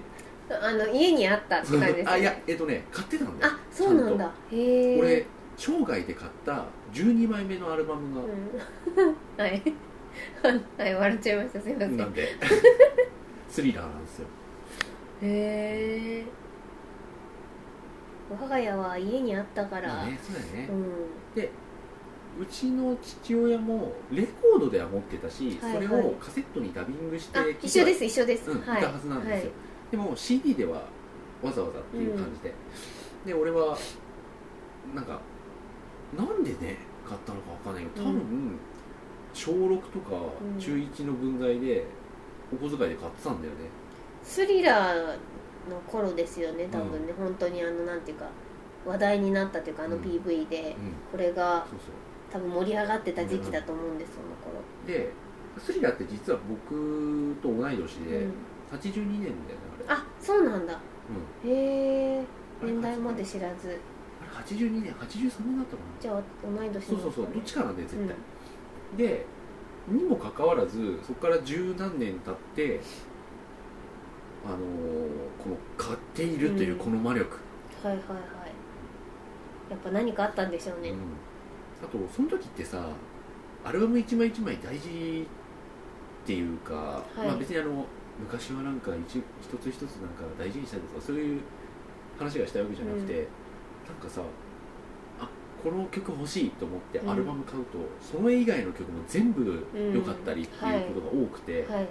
S2: あの家にあったって感じです、ね
S1: *laughs* 、あいやえっとね買ってたんだよ
S2: あそうなんだへえ
S1: 俺生涯で買った12枚目のアルバムが、
S2: うん、 *laughs* はいはい笑っちゃいましたすいません、
S1: な
S2: へ
S1: んで
S2: *laughs*
S1: スリラーなんですよ
S2: え我が家は家にあったから、
S1: まあねそうだよね
S2: う、ん
S1: うちの父親もレコードでは持ってたし、
S2: はいはい
S1: それをカセットにダビングして
S2: あ
S1: 聞いて
S2: 一緒です一緒です、
S1: うん、
S2: はい
S1: いたはずなんですよ、でも CD ではわざわざっていう感じで、で俺はなんかなんでね買ったのかわかんないけど多分、
S2: う
S1: 小6とか
S2: うん
S1: 中1の分際でお小遣いで買ってたんだよね、
S2: スリラーの頃ですよね多分ね、本当にあのなんていうか話題になったというかあの
S1: うん
S2: PV で、
S1: うん、
S2: これが
S1: そうそう
S2: 多分盛り上がってた時期だと思うんです、そ
S1: でスリラーって実は僕と同い年
S2: の
S1: で、
S2: 頃、うん、
S1: 82年だよねあれ
S2: あそうなんだ
S1: う
S2: へえ
S1: ん
S2: 年代まで知らず
S1: あれ82年83年だったかな
S2: じゃあ同い年の
S1: そうそうそうどっちかなんだよ絶対、でにもかかわらずそこから十何年経ってあのーこの買っているという
S2: うん
S1: この魔力、
S2: はいはいはいやっぱ何かあったんでしょうね、
S1: うんあとその時ってさアルバム一枚一枚大事っていうか、
S2: い
S1: まあ別にあの昔はなんか一一つ一つなんか大事にしたりとかそういう話がしたいわけじゃなくて、なんかさあこの曲欲しいと思って
S2: うん
S1: アルバム買うと、その以外の曲も全部良かったりっていうことが多くて、
S2: はい、
S1: あの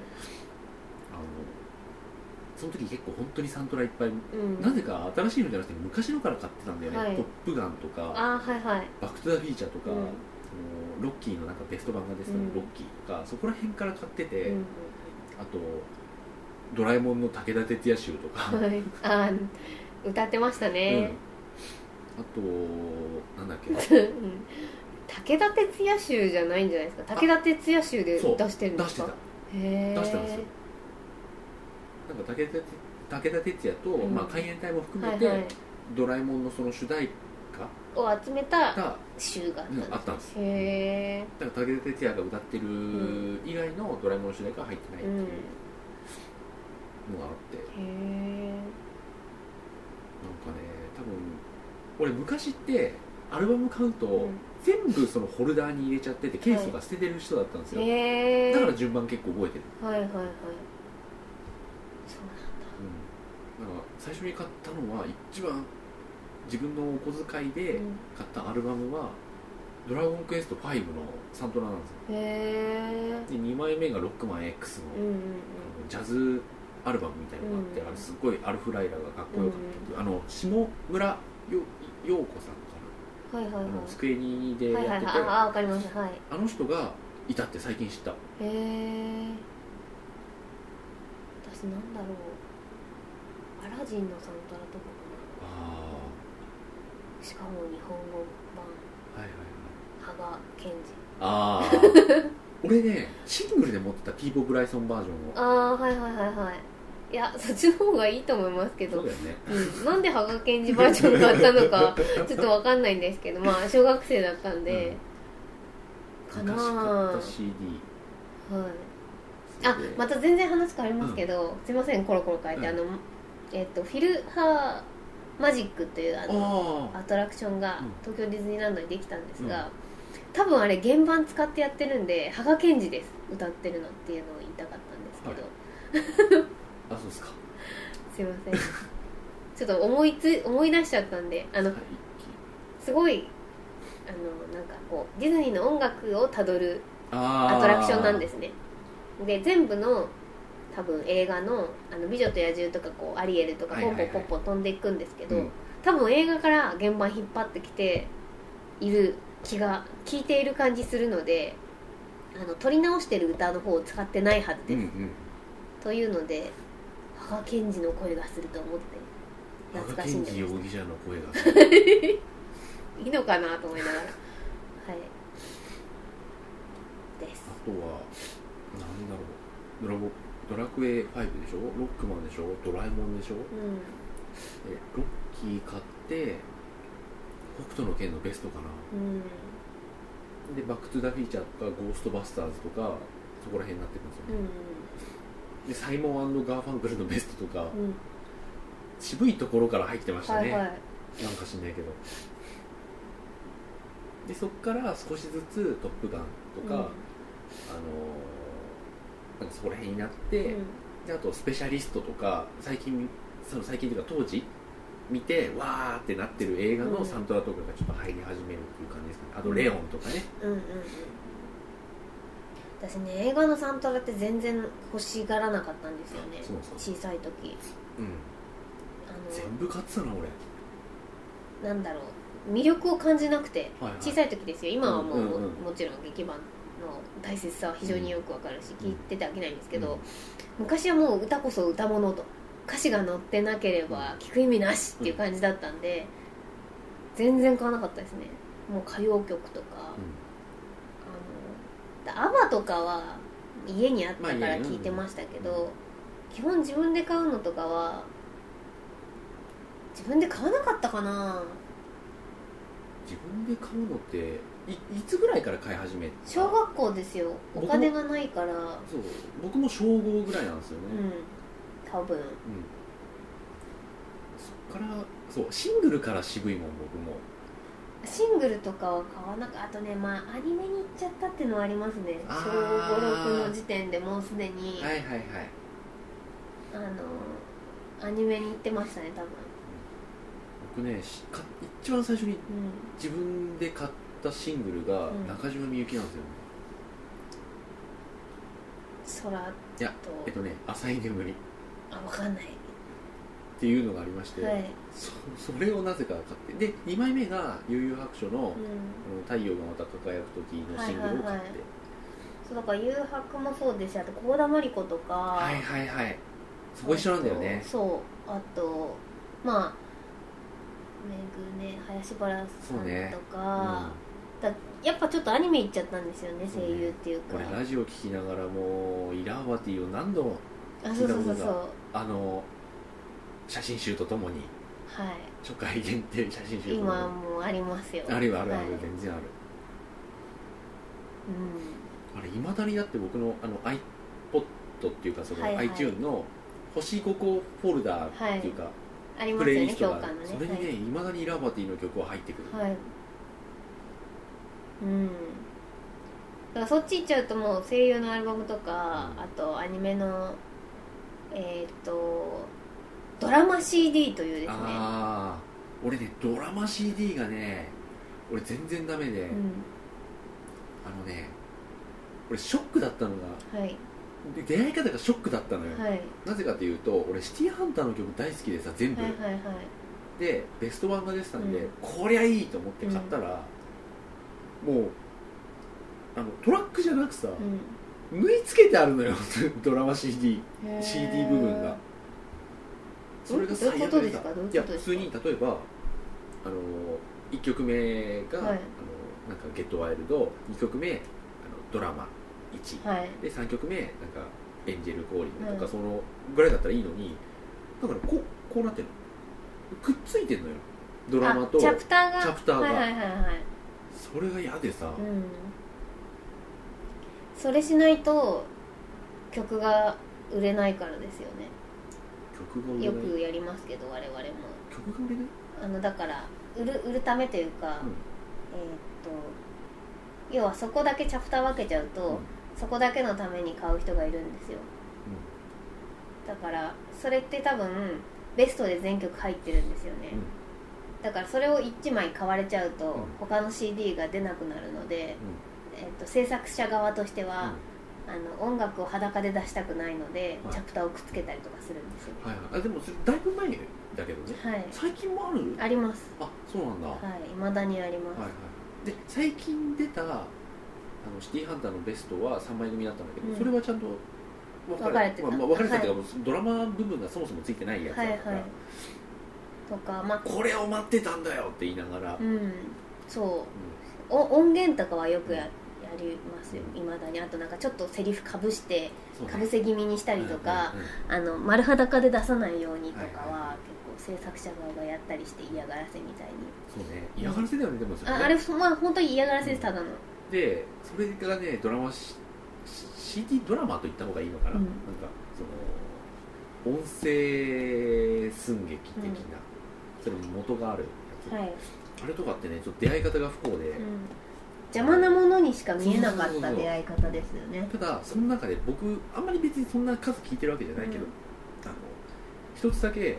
S1: その時結構本当にサントラいっぱい、
S2: うん、
S1: なぜか新しいのじゃなくて昔のから買ってたんだよね「
S2: はい
S1: トップガン」とか
S2: あはいはい
S1: 「バック・トゥ・ザ・フィーチャー」とか、
S2: うん
S1: そのロッキーのなんかベスト版がですね、
S2: うん
S1: ロッキーとかそこら辺から買ってて、
S2: うん
S1: あと「ドラえもん」の武田鉄矢集とか、
S2: はい、あ歌ってました
S1: うん
S2: ね、
S1: あとなんだっけ
S2: うん武田鉄矢集じゃないんじゃないですか武田鉄矢集で出
S1: そう
S2: してるんで
S1: 出し
S2: す
S1: て
S2: か
S1: た
S2: へー
S1: 出したんですよなんか武田鉄武田鉄矢と、
S2: うん
S1: まあ、海援隊も含
S2: は
S1: め
S2: い
S1: て、
S2: はい
S1: ドラえもんのその主題
S2: を集めた
S1: 歌が、
S2: 集があったん
S1: う
S2: で
S1: んあったんです
S2: すへ
S1: だから武田鉄矢が歌ってる
S2: ん
S1: 以外のドラえもんの主題歌は入ってない
S2: え、
S1: って
S2: う
S1: い
S2: ん、へ
S1: うのがあって、なん
S2: え
S1: かね多分俺昔ってアルバム買うと、全部そのホルダーに入れちゃっててケースとか捨ててる人だったんですよ、
S2: へえ
S1: だから順番結構覚えてる、
S2: はいはいはいそ
S1: うん、だから最初に買ったのは一番自分のお小遣いうで
S2: なんだ、
S1: 買ったアルバムは「ドラゴンクエスト5」のサントラなんですよ
S2: うん、へ
S1: で2枚目が「ロックマン X の」
S2: えうんうん
S1: ジャズアルバムみたいなのがあって、
S2: うん
S1: あれすごいアルフライラーがかっこよかったっていう、あの下村よ陽子さんか
S2: うんはいはいは
S1: な、あのスクエニで
S2: い
S1: やっ
S2: は
S1: て
S2: い
S1: て、
S2: はいああわかりますはい
S1: あの人がいたって最近知った
S2: へえ私なんだろうアラジンのサントラとかか
S1: ああ
S2: なしかも日本語版
S1: はいはいはい
S2: 羽賀健二
S1: ああ *laughs* 俺ねシングルで持ってたピーボ・ブライソンバージョンを
S2: ああはいはいはいはいいやそっちの方がいいと思いますけ
S1: そ
S2: ど
S1: うだよね
S2: うん、なんで羽賀健二バージョン買ったのかちょっとわかんないんですけどまあ小学生だったんで、かな
S1: 昔
S2: あ
S1: 買った CD
S2: はいあまた全然話変わりますけど、すいませんコロコロ変えて、
S1: うん
S2: あのえっとフィルハーマジックっていうあ
S1: あ
S2: の
S1: あ
S2: アトラクションが
S1: うん
S2: 東京ディズニーランドにできたんですが、多分あれ原盤使ってやってるんで羽賀健二です歌ってるのっていうのを言いたかったんですけど、
S1: はいあそうですか
S2: すいませんちょっと思いつ思い出しちゃったんであの
S1: はい
S2: すごいあのなんかこうディズニーの音楽をたどる
S1: あー
S2: アトラクションなんですねで全部の多分映画の「あの美女と野獣」とかこうアリエルとか
S1: はい
S2: ポ
S1: はい
S2: ン
S1: は
S2: ポ
S1: い
S2: ンポンポン飛んでいくんですけど、
S1: うん
S2: 多分映画から現場引っ張ってきている気が聞いている感じするのであの撮り直してる歌の方を使ってないはず
S1: う
S2: です、
S1: んうん
S2: というので母賢治の声がすると思って懐かしんでました
S1: 羽賀健二容疑者の声が
S2: いいのかなと思いながらはいです
S1: あとは、なんだろう、ドラゴドラクエ5でしょ、ロックマンでしょ、ドラえもんでしょ、
S2: うん
S1: えロッキー買って、北斗の拳のベストかな、
S2: うん
S1: で、バック・トゥ・ザ・フィーチャーとか、ゴーストバスターズとか、そこら辺になってくるんですよ
S2: う
S1: ね、
S2: ん
S1: で、サイモンガーファンクルのベストとか、
S2: うん
S1: 渋いところから入ってました
S2: は
S1: ね、
S2: いはい
S1: なんか知んないけど。で、そっから少しずつ、トップガンとか、
S2: うん
S1: あのーなんかそこら辺になって、であとスペシャリストとか最近その最近というか当時見てわーってなってる映画
S2: う
S1: の
S2: ん
S1: サントラとかがちょっと入り始めるっていう感じですかねあとレオンとかね
S2: うんうんうん私ね映画のサントラって全然欲しがらなかったんですよね
S1: そうそう
S2: 小さい時
S1: うん
S2: あ
S1: 全部買ってたな俺
S2: のなんだろう魅力を感じなくて
S1: はいはい
S2: 小さい時ですよ今はもう,、
S1: うんうんうん
S2: もちろん劇版の大切さは非常によくわかるし、聞いててあげないんですけど、
S1: うん
S2: 昔はもう歌こそ歌物と歌詞が載ってなければ聞く意味なしっていう感じだったんで、全然買わなかったですねもう歌謡曲とか、あのアバとかは家にあったか
S1: まあ
S2: ら
S1: 家に
S2: 聞いてましたけど、
S1: うん
S2: 基本自分で買うのとかは自分で買わなかったかな
S1: 自分で買うのっていいつぐらいから買い始めた
S2: 小学校ですよお
S1: 僕も
S2: 金がないから
S1: そう僕も小5ぐらいなんですよね
S2: う、ん多分
S1: うんそっからそうシングルから渋いもん僕も
S2: シングルとかは買わなかあとねまあアニメに行っちゃったっていうのはありますね小
S1: あー
S2: 56の時点でもうすでに、
S1: はいはいはい
S2: あのアニメに行ってましたね多分
S1: 僕ねしか一番最初に
S2: うん
S1: 自分で買ったシングルが
S2: うん
S1: 中島みゆきなんですよ、
S2: 空
S1: いやえっ
S2: と
S1: とね「浅い眠り」っ
S2: あわかんない
S1: ていうのがありまして、
S2: はい、
S1: そそれをなぜか買ってで2枚目が悠々白書の
S2: う
S1: 「
S2: ん
S1: あの太陽がまた輝く時」のシングルを買って
S2: そうだから誘白もそうですしあと幸田真理子とか
S1: はいはいはい、そこ一緒なんだよね
S2: そうあとまあめぐね林原さん
S1: そうね
S2: とか、だやっぱちょっとアニメ行っちゃったんですよね
S1: そう
S2: 声
S1: ね
S2: 優っていうか
S1: 俺ラジオ聞きながらもうイラーバティを何度も
S2: あそうそうそう
S1: 聞い
S2: そ
S1: た
S2: う
S1: こあの写真集とともに
S2: は
S1: 初回限定写真集
S2: い
S1: とともに
S2: 今もうありますよ
S1: あるよあるあ
S2: はい
S1: る、全然ある
S2: う
S1: あれいまだにだって僕のあの iPod っていうかその
S2: はいはい
S1: iTune の星5個フォルダーっていうか、
S2: ん、あり
S1: プ
S2: ます
S1: レ
S2: よ
S1: イリ
S2: ね
S1: ス
S2: 教
S1: ト
S2: 科
S1: が
S2: のね
S1: それにね、いまだにラバティの曲は入ってくる、
S2: はい、はい、うんだからそっち行っちゃうともう声優のアルバムとか、
S1: うん
S2: あとアニメのえっ、とドラマ CD というですね
S1: ああ俺ねドラマ CD がね俺全然ダメで、
S2: うん
S1: あのね俺ショックだったのが
S2: はい
S1: で出会い方がショックだったのよ、
S2: はい
S1: なぜかというと俺シティーハンターの曲大好きでさ全部、
S2: はいはいはい
S1: でベスト版が出てたんで、
S2: うん
S1: こりゃいいと思って買ったら、もうあのトラックじゃなくさ、
S2: うん
S1: 縫い付けてあるのよ *laughs* ドラマ CD
S2: へー
S1: CD 部分がそれが最悪
S2: どういうことで
S1: ですさ
S2: かどういうこと
S1: いや
S2: ですか
S1: 普通に例えばあの1曲目が、
S2: はい
S1: あのなんか「ゲットワイルド」2曲目あのドラマ1、
S2: はい
S1: で3曲目なんかエンジェルコーリングとか、
S2: うん
S1: そのぐらいだったらいいのにだからこうこうなってるのくっついてんのよドラマと
S2: あチャプターが
S1: チャプターが
S2: はいはいはいはい
S1: それが嫌でさ、
S2: うんそれしないと曲が売れないからですよね
S1: 曲が売れ
S2: よ
S1: ない
S2: くやりますけど我々も
S1: 曲が売れない
S2: あのだから売る売るためというか、
S1: うん
S2: えーっと要はそこだけチャプター分けちゃうと、
S1: うん
S2: そこだけのために買う人がいるんですよだからそれって多分ベストで全曲入ってるんですよね、
S1: うん
S2: だからそれを1枚買われちゃうと、
S1: ん
S2: 他の CD が出なくなるので、えーっと制作者側としては、あの音楽を裸で出したくないので、
S1: はい
S2: チャプターをくっつけたりとかするんですよ
S1: はいはいあでもそれだいぶ前だけどね
S2: はい
S1: 最近もある
S2: あります
S1: あそうなんだ、はい
S2: はい未だにあります、
S1: はい、で最近出たあのシティハンターのベストは3枚組だったんだけど、
S2: うん
S1: それはちゃんと分
S2: 分かれてた
S1: まあまあ、分かれてたっていうか、もうドラマ部分がそもそもついてないやつだ
S2: は
S1: っ
S2: いはい
S1: たから、
S2: とかまあ
S1: これを待ってたんだよって言いながら、
S2: うんそうお音源とかはよくややりますよいまだにあとなんかちょっとセリフかぶして
S1: そうね
S2: かぶせ気味にしたりとか、
S1: うんうんうん
S2: あの丸裸で出さないようにとかは、
S1: はいは
S2: 結構制作者側がやったりして嫌がらせみたいに
S1: そうね嫌がらせだよねでもそれね
S2: ああれまあ本当に嫌がらせですただの、
S1: でそれがねドラマしし CD ドラマと言った方がいいのかな、
S2: うん
S1: なんかその音声寸劇的な、それも元があるやつ、
S2: はい、
S1: あれとかってねちょっと出会い方が不幸で、
S2: うん、邪魔なものにしか見えなかった出会い方ですよね
S1: ただその中で僕あんまり別にそんな数聞いてるわけじゃないけど、
S2: うん
S1: あの一つだけ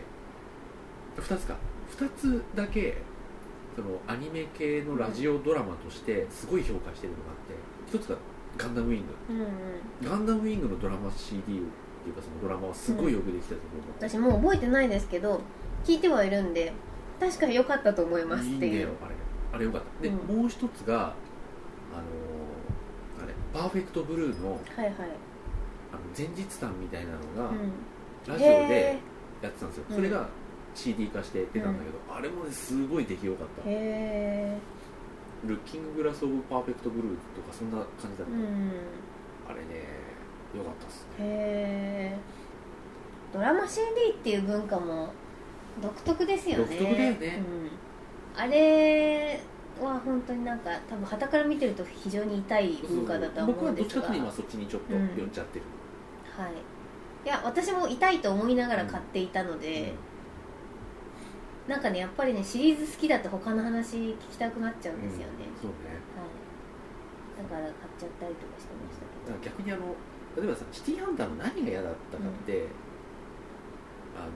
S1: 二つか二つだけそのアニメ系のラジオドラマとしてすごい評価してるのがあって一つが「ガンダムウィング」
S2: うんうん
S1: ガンダムウィングのドラマ CD っていうかそのドラマはすごいよくできてたと思う、
S2: 私もう覚えてないですけど聞いてはいるんで確かに良かったと思います
S1: いい
S2: っ
S1: ん
S2: て
S1: だ
S2: い
S1: よ
S2: う
S1: あれあれよかったで、
S2: うん
S1: もう一つがあのーあれ「パーフェクトブルーの」
S2: はいは
S1: あ
S2: い、
S1: の前日談みたいなのが
S2: うん、
S1: ラジオでやってたんですよ、
S2: うん
S1: それが CD 化して出たんだけど、あれもねすごい出来よかった
S2: へえ
S1: 「ルッキンググラス・オブ・パーフェクト・ブルー」とかそんな感じだった、
S2: うん
S1: あれねよかったっすね
S2: へえドラマ CD っていう文化も独特ですよね
S1: 独特だよね
S2: うん、あれは本当になんか多分はから見てると非常に痛い文化だとは
S1: 僕
S2: 思う
S1: は
S2: ん
S1: どっ
S2: です
S1: ちか
S2: が
S1: っていうと今そっちにちょっと
S2: うん
S1: 寄っちゃってる、
S2: はい、いや私も痛いと思いながら買っていたので、なんかねやっぱりねシリーズ好きだと他の話聞きたくなっちゃうんですよね、
S1: うんそうね
S2: はい、だから買っちゃったりとかしてましたけ
S1: だから
S2: ど
S1: 逆にあの例えばさシティーハンターの何が嫌だったかって、あの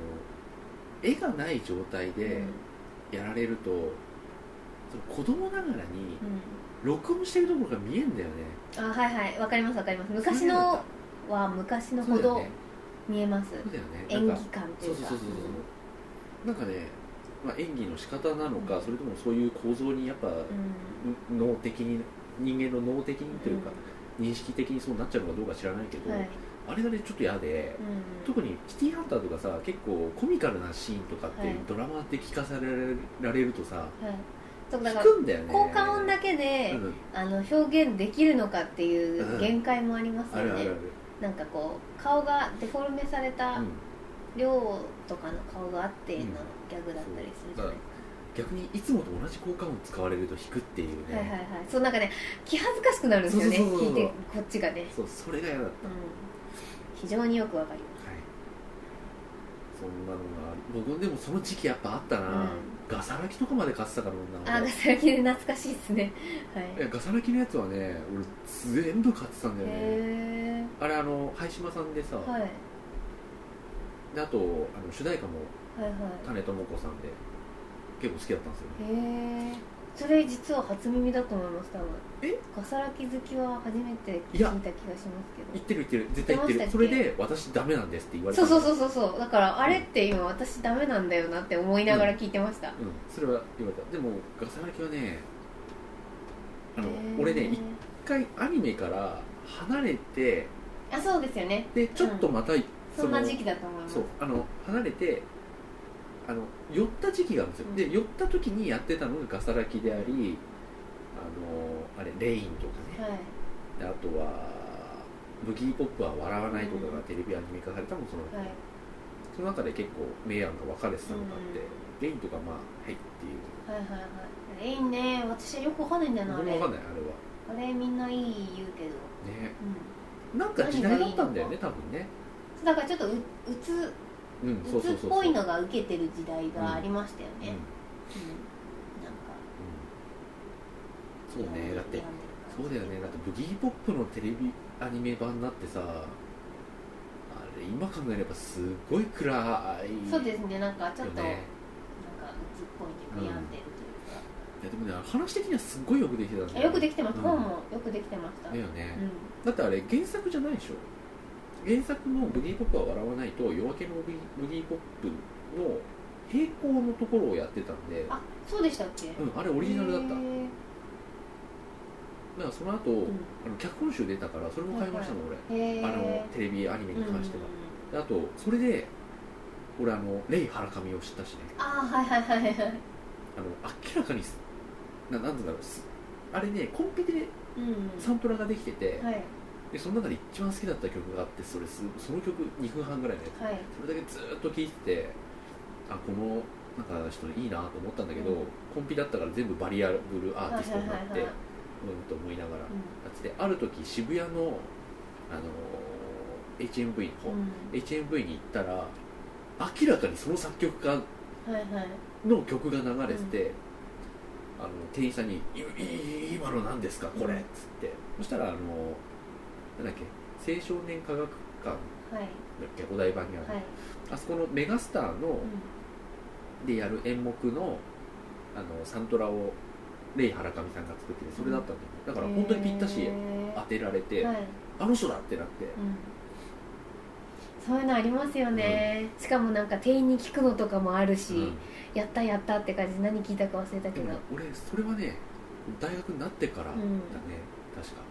S1: 絵がない状態でやられると、その子供ながらに
S2: うん
S1: 録音してるところが見えんだよね
S2: うん、あはいはいわかりますわかります昔のは昔の
S1: そう
S2: ほ
S1: だよ
S2: ど
S1: ね
S2: 見えます、
S1: そうだよね
S2: 演
S1: なん
S2: 技
S1: か
S2: 感とい
S1: そう
S2: う
S1: そう
S2: か
S1: そうそうそうなんかね、まあ、演技の仕方なのか、それともそういう構造にやっぱ、
S2: うん
S1: 脳的に人間の脳的にというか、
S2: う
S1: 認識的にそうなっちゃうのかどうか知らないけど、
S2: んはい
S1: あれがねちょっと嫌で、
S2: うん
S1: 特にシティーハンターとかさ結構コミカルなシーンとかって
S2: はい
S1: ドラマで聞かされられるとさ、
S2: はい、そうだ
S1: 聞
S2: から
S1: くんだよね
S2: 効果音だけ
S1: う
S2: で、
S1: ん
S2: あの表現できるのかっていう限界もあります
S1: あ
S2: よね、
S1: るあるある、
S2: なんかこう顔がデフォルメされた
S1: うん
S2: 量とかの顔があっての
S1: うん
S2: ギャグだったりするじ
S1: そ
S2: ゃ
S1: う
S2: な
S1: だ
S2: い
S1: から
S2: で
S1: 逆にいつもと同じ効果音使われると引くっていう
S2: す
S1: ね、
S2: か、はいはいはいそうなんかね気恥ずかしくなるんですよね
S1: そうそうそうそう
S2: 聞いてこっちがね、
S1: そうそれが嫌だった、
S2: うん、非常によくわかります
S1: はいそんなのがある僕でもその時期やっぱあったな、
S2: うん
S1: ガサラキとかまで買ってたからな
S2: あー
S1: 俺
S2: ガサラキで懐かしいですねはい
S1: いやガサラキのやつはね俺全部買ってたんだよね
S2: へ
S1: あれあの灰島さんでさ、
S2: えはいはい
S1: であとあの主題歌も
S2: は
S1: 種智子さんで結構好きだったんですよね
S2: いへえそれ実は初耳だと思います多分
S1: え
S2: ガサラキ好きは初めて聞い
S1: いや
S2: た気がしますけ
S1: 言っ
S2: ど
S1: てる言ってる絶対言ってる
S2: 言って
S1: そ
S2: ま
S1: れ
S2: した
S1: で私ダ
S2: っけ
S1: メなんですって言われ
S2: そ
S1: た
S2: うそう
S1: う、
S2: そうそうそうだからあれって今私ダメなんだよなって思いながら聞いてました、
S1: うん、それは言われたでもガサラキはねあの
S2: へー
S1: 俺ね一回アニメから離れて
S2: あそうですよね
S1: でちょっとまた、
S2: そんな時期だと思います
S1: そうあの離れてあの寄った時期があるんですよ、
S2: うん
S1: で寄った時にやってたのがガサラキでありあのあれレインとかね
S2: はい
S1: であとはブギーポップは笑わないとかがテレビアニメ化されたのもその、
S2: はい
S1: その中で結構明暗が分かれてたのがあって、
S2: うん
S1: レインとかまあはいっていう
S2: はいはいはいいいね私はよくわかんないんだよなあ
S1: 僕
S2: れ
S1: も分かんないあれ
S2: あれみんないい言うけど、
S1: はね
S2: う
S1: なんか時代だったんだよね多分ね
S2: ん、だからちょっとううつ
S1: うんそううそ
S2: つ
S1: う
S2: っ
S1: そう
S2: ぽい
S1: うん
S2: のが受けてる時代がありましたよ
S1: うん
S2: ね、うんなんか
S1: そうねだって
S2: 選んでるから
S1: そうだよねだってブギーポップのテレビアニメ版になってさあれ今考えればすっごい暗い
S2: そうですすねなんかちょっと、
S1: ね
S2: なんかうつっぽいというか病んでる
S1: い
S2: と
S1: やでもね話的にはすっごいよくできてたんだ
S2: いうか、よくで
S1: き
S2: きてまし
S1: う
S2: た、
S1: ん
S2: 本もよくできてました、
S1: だよ
S2: う
S1: ね、
S2: ん
S1: だってあれ原作じゃないでしょ原作のブギーポップは笑わないと夜明けのブギブギーポップの並行のところをやってたんで
S2: あそうでしたっけ、
S1: うん、あれオリジナルだった
S2: へ
S1: だか
S2: ー
S1: らその後、
S2: ん
S1: あの脚本集出たからそれも買いましたもん俺、
S2: へー
S1: あのテレビアニメに関しては、であとそれで俺あのレイ・ハラカミを知ったしね
S2: ああはいはいはいはい、
S1: あの明らかにすななんつうんだろうすあれねコンピで
S2: うん、
S1: サントラができてて、
S2: はい
S1: でその中で一番好きだった曲があってそれすその曲2分半ぐらいのやつ
S2: はい
S1: それだけずーっと聴いててあこのなんか人いいなと思ったんだけど、
S2: うん
S1: コンピだったから全部バリアブルアーティストになって、
S2: はいはいはいはい
S1: うんと思いながら
S2: う
S1: だ
S2: ん
S1: ってある時渋谷の、あのー HMV の方、HMV に行ったら明らかにその作曲家
S2: うんはいはい
S1: の曲が流れてて、あの店員さんに「いい今の何ですかこれ」っつってそしたらあのなんだっけ青少年科学館だっ
S2: はい
S1: けお台場にある、
S2: はい、
S1: あそこのメガスターの、でやる演目のあのサントラをレイ・ハラカミさんが作っててそれだったんだよねだから本当にぴったし
S2: へー
S1: 当てられて、
S2: はい
S1: あの人だってなって
S2: うんそういうのありますよね、しかもなんか店員に聞くのとかもあるし、
S1: う
S2: やったやったって感じで何聞いたか忘れた
S1: ん、
S2: け
S1: で
S2: ど、
S1: もね俺それはね大学になってからだ
S2: う
S1: ね、
S2: ん
S1: 確か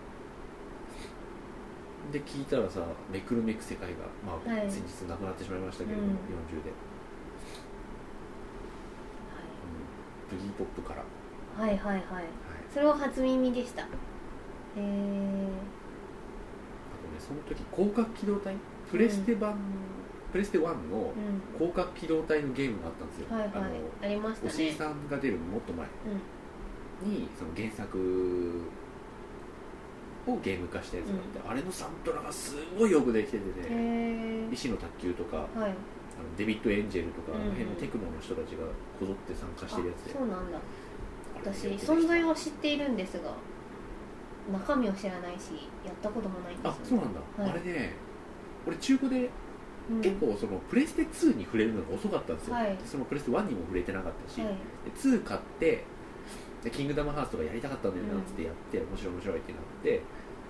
S1: で聞いたらさめくるめく世界が、まあ
S2: はい
S1: 先日亡くなってしまいましたけど、
S2: うん
S1: 40で、うん、ブギーポップから、はい、
S2: はい、はいはいはいそれを初耳でしたへえ
S1: あとねその時広角機動隊プレステ版、プレステ1の
S2: うん
S1: 広角機動隊のゲームがあったんですよ、
S2: はいはい
S1: あの
S2: ありました
S1: おし
S2: ね
S1: いさんが出るもっと前
S2: うん
S1: にその原作をゲーム化したやつがあって、あれのサントラがすごいよくできててね、
S2: へ
S1: 石の卓球とか
S2: えはい
S1: あのデビッド・エンジェルとか、
S2: うんうん
S1: あの辺のテクノの人たちがこぞって参加してるやつ
S2: あ
S1: で
S2: そうなんだ
S1: あれ
S2: 私
S1: ねよくできた
S2: 存在は知っているんですが中身を知らないしやったこともないんですよ
S1: あそうなんだ、
S2: はい
S1: あれね俺中古で
S2: うん
S1: 結構そのプレステ2に触れるのが遅かったんですよ、
S2: はい
S1: そのプレステ1にも触れてなかったし、
S2: はい
S1: で2買ってでキングダムハーツとかやりたかったんだよなっつってやって、面白い面白いってなって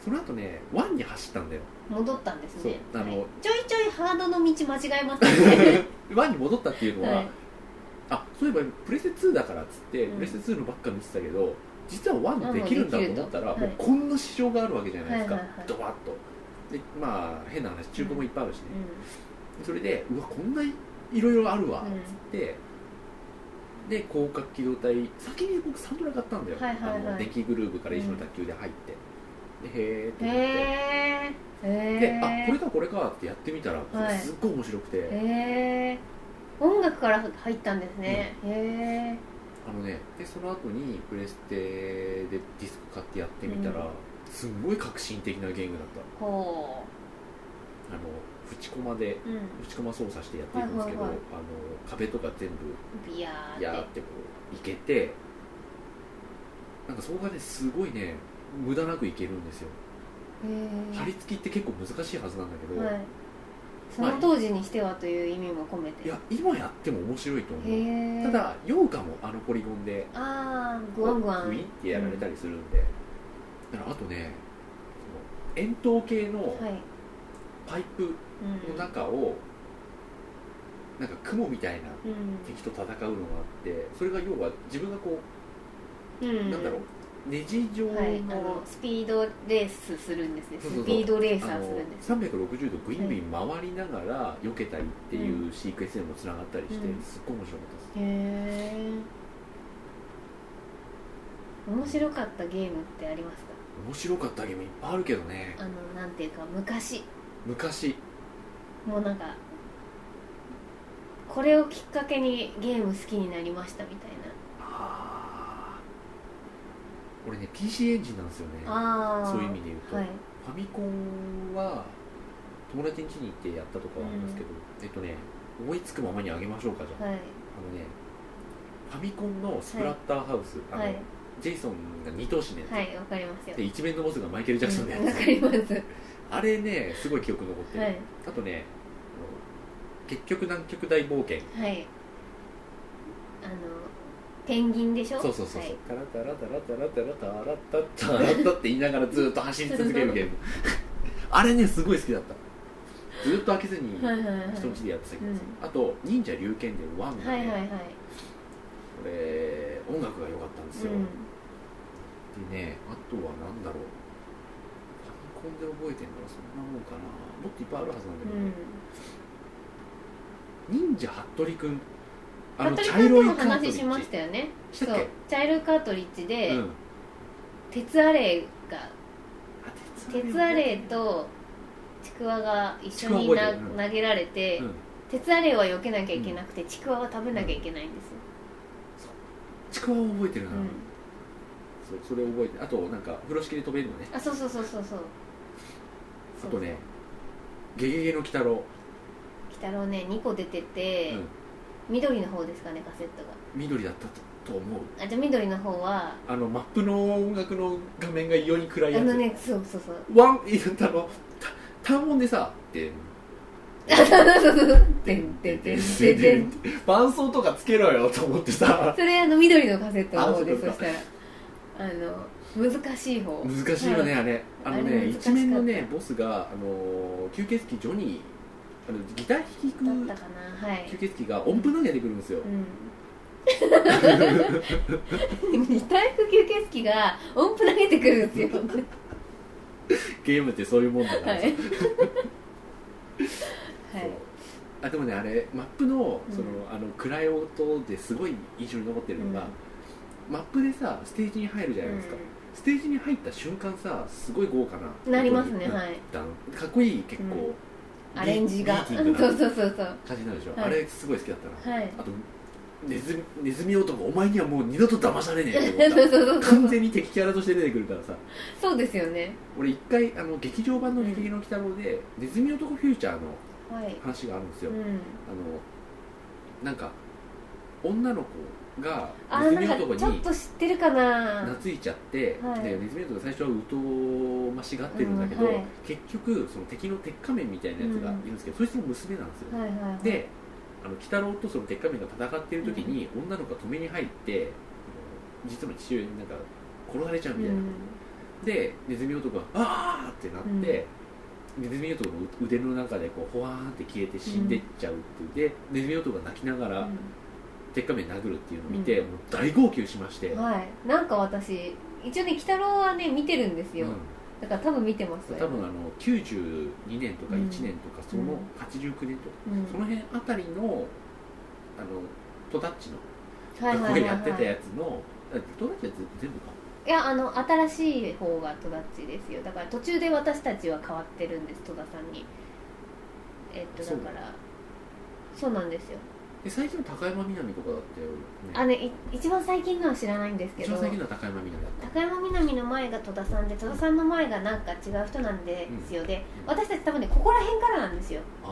S1: その後ね1に走ったんだよ
S2: 戻ったんですね
S1: そうあの
S2: はいちょいちょいハードの道間違えますね
S1: 1に戻ったっていうの *laughs* は、
S2: はい
S1: あそういえばプレステ2だからっつって、
S2: うん
S1: プレステ2のばっか見てたけど実は1もできるんだと思ったら、
S2: うん
S1: もう
S2: できると
S1: こんな市場があるわけじゃないですか、
S2: はいはいはい
S1: ドバッとでまあ変な話中古もいっぱいあるしね、それでうわこんないろいろあるわ
S2: うん、う
S1: っ
S2: ん
S1: つって、で広角機動隊先に僕サントラ買ったんだよ、
S2: はいはいはい
S1: あの電気グルーブから石の卓球で入って、でへーって思って、
S2: へえ
S1: で
S2: へ
S1: あ
S2: え
S1: これかこれかってやってみたら、これすっごい面白くて、
S2: へえ音楽から入ったんですね、へえ
S1: あのね、でその後にプレステでディスク買ってやってみたら、
S2: うん
S1: すんごい革新的なゲームだった
S2: ほ
S1: あのフチコマで
S2: う、うん、
S1: フチコマ操作してやっていくんですけど、
S2: はいはい
S1: あの壁とか全部
S2: ビヤ
S1: や
S2: ー
S1: ー
S2: っ
S1: っててこういけてなんかそこがねすごいね無駄なくいけるんですよ貼
S2: へ
S1: り付きって結構難しいはずなんだけ
S2: え、
S1: ど、
S2: はい、その当時にしてはという意味も込めて
S1: いや今やっても面白いと思う、
S2: へえ
S1: ただヨウカもあのポリゴンで
S2: ああグワングワン
S1: グインってやられたりするんで、だからあとねその円筒形の
S2: はい、
S1: パイプ
S2: うん
S1: の中を、なんか雲みたいな
S2: うん
S1: 敵と戦うのがあってそれが要は自分がこ
S2: う
S1: う、なんだろうネジ状の,、
S2: はい、あのスピードレースするんですね
S1: そうそ
S2: ス
S1: うそう
S2: ピードレーサ
S1: あ
S2: ー
S1: の
S2: するんです
S1: 360度グイングイン回りながら避けたりっていうシークエンスでもつながったりして、
S2: うん
S1: すっごい面白かったです、
S2: へえ面白かったゲームってありますか
S1: 面白かったゲームいっぱいあるけどね
S2: あのなんていうか昔
S1: 昔
S2: もうなんかこれをきっかけにゲーム好きになりましたみたい
S1: あー俺ね PC エンジンなんですよね
S2: なああ
S1: そういう意味で言うと、
S2: はい
S1: ファミコンは友達ん家に行ってやったとかはありますけど、えっとね思いつくままにあげましょうかじゃあ、
S2: は
S1: あ
S2: い
S1: のねファミコンのスプラッターハウス、
S2: は
S1: あ
S2: い
S1: のジェイソンが二頭身のやつ、
S2: はいわかりますよ
S1: で一面のボスがマイケル・ジャクソンのや
S2: うんわ
S1: つ、
S2: かります
S1: あれねすごい記憶に残ってる、
S2: はい
S1: あとねあの結局南極大冒険
S2: はいあのペンギンでしょ
S1: そうそうそう
S2: は
S1: そう
S2: い、
S1: タラタラタラタラタラタラタタラタって言いながらずっと走り続けるゲームあれねすごい好きだったずっと飽きずに
S2: はいはいはい
S1: 人んちでやってたけど、
S2: うん
S1: あと「忍者龍剣伝1」がね、
S2: はいはいはい
S1: これ音楽が良かったんですよ、
S2: うん
S1: でねあとは何だろうファミコンで覚えてんのはそんなもんかなもっといっぱいあるはずなんだけど、
S2: うん
S1: 忍者服部くんあ
S2: 服
S1: の
S2: 部
S1: 茶
S2: 君と
S1: 色い
S2: も
S1: カートリ
S2: 話し
S1: ッ
S2: ま
S1: ジ
S2: したよね
S1: し
S2: そ
S1: たっけ
S2: う茶色いカートリッジで、
S1: うん
S2: 鉄アレイが
S1: あ
S2: 鉄アレイとちくわが一緒
S1: ち
S2: に
S1: くわ覚
S2: な
S1: えてるうん
S2: 投げられて、
S1: うん
S2: 鉄アレイは避けなきゃいけなくて、ちくわは食べなきゃいけないんですよ、
S1: ちくわを覚えてる
S2: う
S1: な、
S2: ん
S1: そうそれを覚えてあとなんか風呂敷で飛べるのね
S2: あそうそうそうそうそう
S1: あとね「ゲゲゲの鬼太郎
S2: 鬼太郎ね2個出て」て、
S1: うん、
S2: 緑の方ですかねカセットが
S1: 緑だったとと思う
S2: あじゃあ緑の方は
S1: あのマップの音楽の画面が異様に暗いや
S2: あ
S1: つ
S2: のねそうそうそう
S1: ワンいやあのた単音でさ「でん
S2: あそうそうそう
S1: で
S2: て
S1: ん
S2: ん
S1: で
S2: て
S1: んでん
S2: んてん
S1: で
S2: て
S1: んで
S2: んて
S1: ん
S2: ん」
S1: 伴奏とかつけろよと思ってさ
S2: それあの緑のカセットの方で
S1: あ
S2: す
S1: そう
S2: そ
S1: か
S2: したらあの難しい方
S1: 難しいよね、あれあの
S2: あれ
S1: ね
S2: 難しかった
S1: 一面のねボスが、あのー吸血鬼ジョニーあのギター
S2: だっ
S1: 弾
S2: たかなはい
S1: く吸血鬼が音符投げてくるんですよ、
S2: うん、 *laughs* 二体育吸血鬼が音符投げてくるんですよ、
S1: ゲームってそういうもんだか
S2: は
S1: ら
S2: い
S1: さ、
S2: はい
S1: そうあでもねあれマップのその,、
S2: う
S1: あの暗い音ですごい印象に残ってるのが、マップでさステージに入るじゃないですか、ステージに入った瞬間さすごい豪華
S2: う
S1: なん
S2: なりますね
S1: うん
S2: はい
S1: だんかっこいい結構、
S2: うん
S1: ビ
S2: アレンジが
S1: ビー
S2: そう
S1: ティングな
S2: そうそうそう
S1: 感じになるでしょ、
S2: はい
S1: あれすごい好きだったな、
S2: はい
S1: あとネズミネズミ男お前にはもう二度と騙されねえって
S2: *laughs* そう
S1: 思っ
S2: そうそう
S1: た
S2: そ
S1: 完
S2: う
S1: 全に敵キャラとして出てくるからさ
S2: そうですよね
S1: 俺一回あの劇場版の「劇の鬼太郎」で、ネズミ男フューチャーの
S2: はい
S1: 話があるんです
S2: う
S1: よ、
S2: ん
S1: あのなんか女の子が
S2: あ
S1: ネズミ
S2: ーなん
S1: 男
S2: かちょっ
S1: に
S2: と知ってるかな
S1: 懐いちゃって、
S2: はい
S1: でネズミ男が最初は疎ましがってるんだけど、
S2: うんはい
S1: 結局その敵の鉄仮面みたいなやつがいるんですけど、そいつの娘なんですよ、
S2: はいはいはい
S1: であの鬼太郎とその鉄仮面が戦ってる時に、女の子が止めに入ってあの実の父親になんか殺されちゃう
S2: う
S1: みたいな、
S2: ん
S1: でネズミ男が「あー!」ってなって、ネズミ男の腕の中でこうほわーんって消えて死んでっちゃうっていう、でネズミ男が泣きながら鉄仮面殴るっていうのを見て、
S2: う
S1: もう大号泣しまして、
S2: うんはいなんか私一応ね鬼太郎はね見てるんですよ、
S1: うん
S2: だから多分見てます
S1: 多分あの92年とか1年とか、その
S2: うん
S1: 89年とか、
S2: うん
S1: その辺あたりのあのトタッチの
S2: はいはい
S1: 学校
S2: はい
S1: やって
S2: は
S1: た
S2: い
S1: やつの、あトタッチは全部か
S2: いやあの新しい方が戸田っちですよだから途中で私たちは変わってるんです戸田さんにえっと
S1: そ
S2: だ
S1: う
S2: からそうなんですよ
S1: で最近の高山みなみとかだったよ、ね、
S2: あねい一番最近のは知らないんですけ
S1: 一
S2: ど
S1: 番最近のは高山みなみだった
S2: 高山みなみの前が戸田さんで戸田さんの前がなんか違う人なんですよで
S1: うん
S2: 私たち多分ねここら辺からなんですよ
S1: あ
S2: あ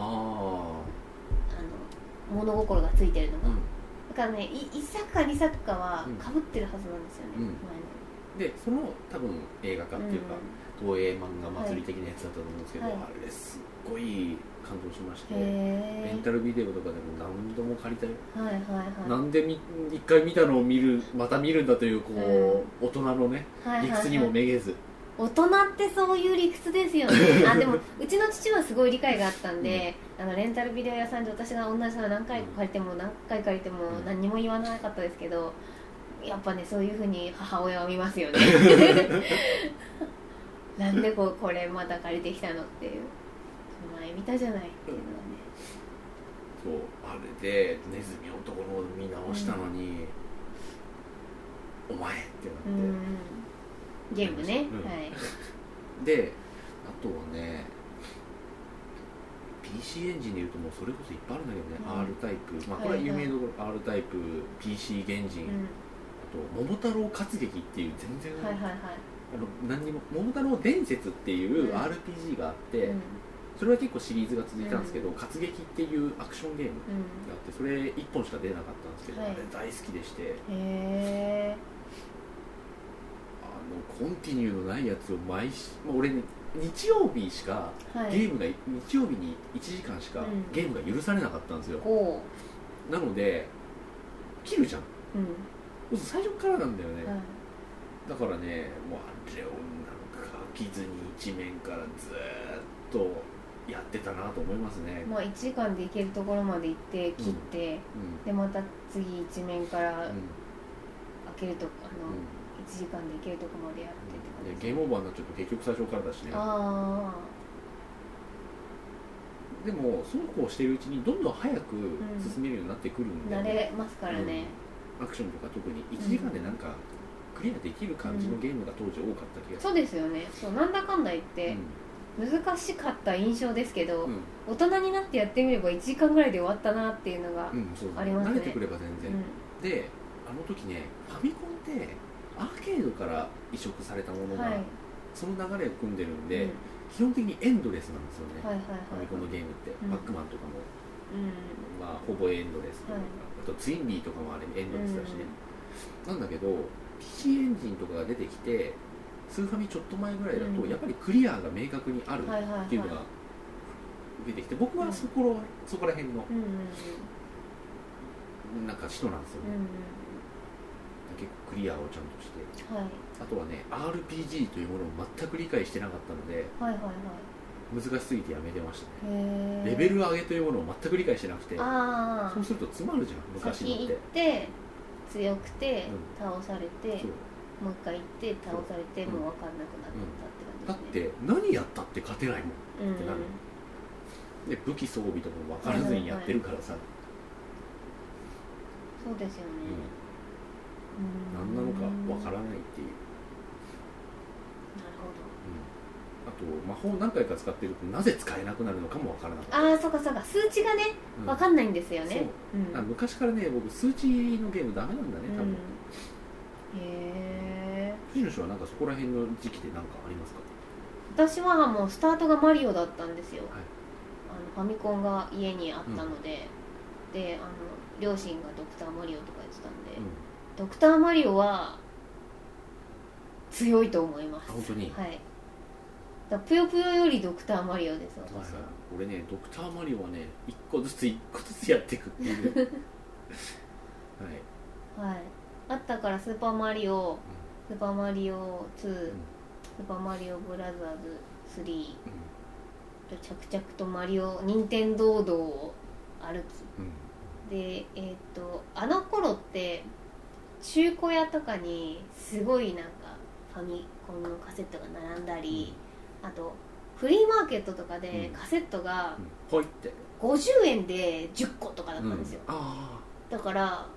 S2: の物心がついてるの
S1: あ
S2: が、
S1: うん
S2: だからねい1作か2作かは
S1: うん
S2: かぶってるはずなんですよね、
S1: うん
S2: 前
S1: でその多分映画化っ
S2: の
S1: ていうか、東映漫画祭り的なやつだったと思うんですけど、
S2: はい
S1: あれすっごい感動しまして、
S2: うんへ
S1: レ
S2: え
S1: ンタルビデオとかでも何度も借りたよ
S2: はいはいはい
S1: なんでみ一回見たのを見るまた見るんだというこう、大人のね
S2: はいはいは
S1: 理
S2: い
S1: 屈にもめげず、
S2: 大人ってそういう理屈ですよね *laughs* あでもうちの父はすごい理解があったんで、あのレンタルビデオ屋さんで私が同じの何回借りても何回借りても
S1: うん
S2: 何にも言わなかったですけどやっぱねそういうふうに母親は見ま
S1: *laughs*
S2: すよねなんでこうこれまた借りてきたのっていう前見たじゃないっていうのはね
S1: そうあれでネズミ男の方見直したのに、お前ってなって、
S2: うんゲームね、
S1: うん
S2: はい
S1: であとはね PC エンジンでいうともうそれこそいっぱいあるんだけどね、
S2: うん
S1: R タイプ、まあ、これは有名どころ R タイプ PC 原人、
S2: う
S1: あと「桃太郎活劇」っていう全然、
S2: んはいはいはい
S1: あの何にも「桃太郎伝説」っていう
S2: うん
S1: RPG があっ
S2: う
S1: て、
S2: ん
S1: それは結構シリーズが続いたんですけど「活劇」っていうアクションゲームがあってそれ1本しか出なかったんですけど、
S2: はい
S1: あれ大好きでして
S2: うんへえ
S1: あのコンティニューのないやつを毎週、まあ、俺ね日曜日しか
S2: はい
S1: ゲームが日曜日に1時間しか
S2: うん
S1: ゲームが許されなかったんですよ、
S2: こ
S1: なので切るじゃん
S2: ううん
S1: そう最初からなんだよね、
S2: はい
S1: だからねもうあれをなんか飽きずに一面からずーっとやってたなと思いますね、
S2: まあ1時間で行けるところまで行って切って、
S1: うん
S2: でまた次一面から
S1: う
S2: 開
S1: ん
S2: けるとこ
S1: う
S2: あ
S1: ん
S2: の、1時間で行けるとこまでやってって感じ
S1: でゲームオーバーになっちゃうと結局最初からだしね
S2: あ
S1: でもそうこうしてるうちにどんどん早く進めるようになってくるんで、
S2: あ慣れますからね、
S1: アクションとか特に1時間でなんかクリアできる感じのゲームが当時多かった気がす
S2: そうですよねそうなんだかんだ言っ
S1: る、
S2: て難しかった印象ですけど、
S1: うんうん
S2: 大人になってやってみれば1時間ぐらいで終わったなっていうのが、
S1: うんそう
S2: ありますね
S1: 慣れてくれば全然、であの時ねファミコンってアーケードから移植されたも
S2: う
S1: の
S2: ん
S1: が、
S2: はい、
S1: その流れを組んでるん
S2: うん
S1: で、基本的にエンドレスなんですよね、
S2: はいはいはい
S1: ファミコンのゲームって、
S2: うん
S1: パックマンとかも、
S2: う
S1: まあ、ほぼエンドレスというか、
S2: はい
S1: あとツインビーとかもあれエンドレスだしね、なんだけど PC エンジンとかが出てきてスーファミちょっと前ぐらいだと、
S2: うん
S1: やっぱりクリアが明確にある
S2: んはい
S1: っ
S2: はいはい
S1: ていうのが出てきて僕はそこら,、そこら辺の
S2: うんうんうん
S1: なんか人なんですよね、
S2: う
S1: 結構クリアをちゃんとして
S2: んはい
S1: あとはね RPG というものを全く理解してなかったので
S2: はいはいは
S1: 難しすぎてやめてましたね
S2: いへえ
S1: レベル上げというものを全く理解してなくて
S2: あ
S1: そうすると詰まるじゃん
S2: あ
S1: 昔
S2: 先
S1: のっ
S2: 行ってて強くて
S1: うん
S2: 倒されて、
S1: そう
S2: もう一回行って倒されて
S1: そう
S2: もう分かんなくなった
S1: だ
S2: っ
S1: って
S2: 感じですね、
S1: て何やったって勝てないも
S2: うん
S1: ってなるんで武器装備とかも分からずにやってるからさ、
S2: そうですよね、う
S1: う
S2: ん
S1: ん、何なのか分からないっていう、
S2: なるほ
S1: あと魔法何回か使ってるとなぜ使えなくなるのかも分からなかった
S2: どああそうかそうか数値がね
S1: うん
S2: 分かんないんですよね、うん
S1: あ昔からね僕数値のゲームダメなんだね多
S2: うん
S1: 分、
S2: へえ
S1: 藤野氏はなんかそこら辺の時期で何かありますか
S2: 私はもうスタートがマリオだったんですよ、
S1: はい
S2: あのファミコンが家にあったので、であの両親がドクターマリオとか言ってたんで、
S1: うん
S2: ドクターマリオは強いと思います
S1: あ本当に
S2: はいだからぷよぷよよりドクターマリオです私
S1: はいはい俺ねドクターマリオはね一個ずつ一個ずつやっていくっていう *laughs* はい
S2: はい、あったからスーパーマリオ、スーパーマリオ2、スーパーマリオブラザーズ3
S1: う
S2: と着々とマリオ任天堂道を歩き
S1: ん
S2: でえーっとあの頃って中古屋とかにすごいなんかファミコンのカセットが並んだり、あとフリーマーケットとかで
S1: うん
S2: カセットが
S1: うんほいって
S2: 50円で10個とかだったんですよ、
S1: うんあ
S2: だからあ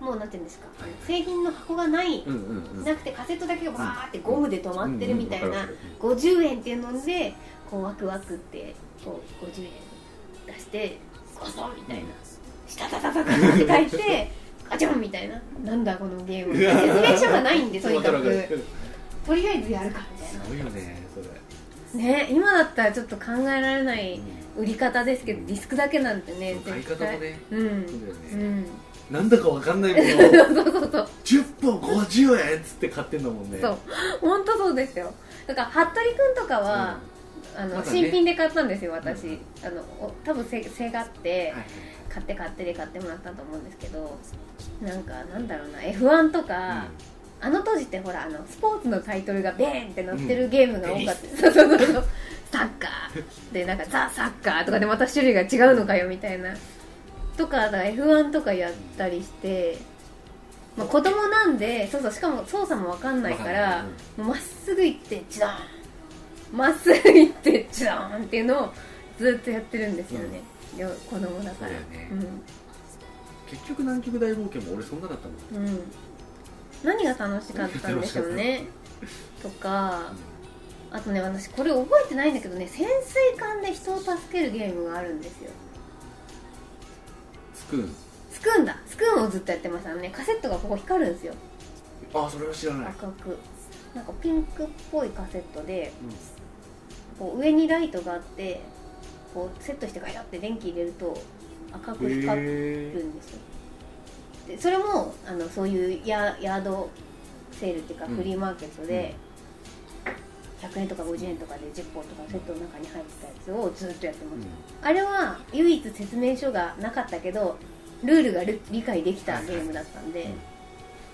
S2: のもうなんて言うんですか、製品の箱がない
S1: あうんうんうん
S2: なくてカセットだけがバーってゴムで止まってるみたい
S1: うんうんわ
S2: な
S1: かるわかる
S2: 50円っていうのでこうワクワクってこう50円出してゴソンみたいなしたたたたたって書いてガチャンみたいななんだこのゲームって説明書がないんでとに
S1: わか
S2: か
S1: るわかる
S2: くとりあえずやるかみた
S1: す
S2: い
S1: ごいよねそれ、
S2: なね今だったらちょっと考えられない
S1: うん
S2: 売り方ですけどディスクだけなんてね
S1: 買い
S2: 絶
S1: 方も
S2: 対
S1: ね
S2: う
S1: そ
S2: ん
S1: うだよね、
S2: うん
S1: なんだかわかんないもの *laughs* を
S2: そうそうそう
S1: 10本50円っつって買ってんだもんね
S2: そう本当そうですよだから服部君とか
S1: うん
S2: は、あの
S1: まだね
S2: 新品で買ったんですよ私、
S1: うん
S2: あのお多分せせがあって、
S1: はい
S2: 買って買ってで買ってもらったと思うんですけどなんかなんだろうな F1 とか、あの当時ってほらあのスポーツのタイトルがベーンって載ってるゲームが多かった、そうそうそうそうサッカーでなんかザ・サッカーとかでまた種類が違うのかよみたいなとかだから F1 とかやったりして、まあ、子供なんでそうそうしかも操作も分かんないから、まっすぐ行ってチドーンまっすぐ行ってチドーンっていうのをずっとやってるんですよね、よ子供だか
S1: そう
S2: ら
S1: だよね結局南極大冒険も俺そんなだったもん
S2: うん、うん、何が楽しかったんでしょうねとかあとね私これ覚えてないんだけどね潜水艦で人を助けるゲームがあるんですよ
S1: スクーン
S2: スクーンだスクーンをずっとやってましたねカセットがここ光るんですよ
S1: あそれは知らない、
S2: 赤くなんかピンクっぽいカセットでこう上にライトがあってこうセットしてガヤって電気入れると赤く光ってる
S1: へ
S2: んですよでそれもあのそういうヤヤードセールっていうか
S1: うん
S2: フリーマーケットで、100円とか50円とかで10本とかセットの中に入ってたやつをずっとやってました、あれは唯一説明書がなかったけどルールがる理解できたゲームだったんで、
S1: はいはい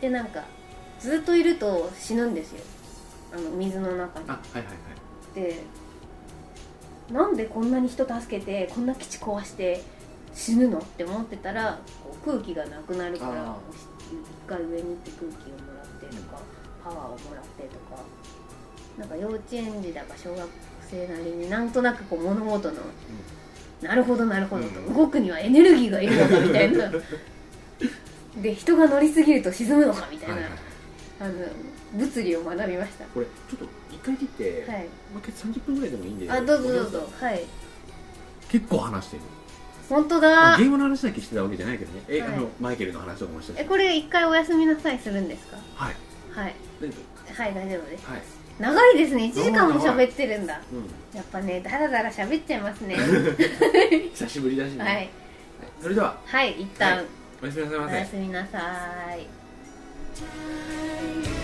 S2: でなんかずっといると死ぬんですよあの水の中に
S1: あはいはいはい
S2: でなんでこんなに人助けてこんな基地壊して死ぬのって思ってたらこう空気がなくなるから
S1: あ
S2: こうし一回上に行って空気をもらってとか、パワーをもらってとかなんか幼稚園児だか小学生なりになんとなくこう物事の、なるほどなるほどと、
S1: うん
S2: 動くにはエネルギーがいるのかみたいな *laughs* で人が乗りすぎると沈むのかみたいな、
S1: はいはい
S2: あの物理を学びまし
S1: これちょっと一回切って、
S2: たはい
S1: もう一回30分ぐらいでもいいんで
S2: あどうぞどうぞはい
S1: 結構話してる
S2: 本当
S1: ま
S2: だ
S1: あゲームの話だけしてたわけじゃないけどねえ、
S2: はい
S1: あのマイケルの話とかもした
S2: え
S1: し
S2: これ一回おやすみなさいするんですか
S1: はい
S2: はい
S1: で
S2: はい大丈夫です
S1: はい
S2: 長いですね1時間も喋ってるんだ
S1: うん
S2: やっぱねダラダラ喋っちゃいます *laughs* ね
S1: 久しぶりだしね、
S2: はい
S1: それでは
S2: はい一旦
S1: おやすみなさい
S2: お
S1: ませ
S2: やすみなさい
S3: Time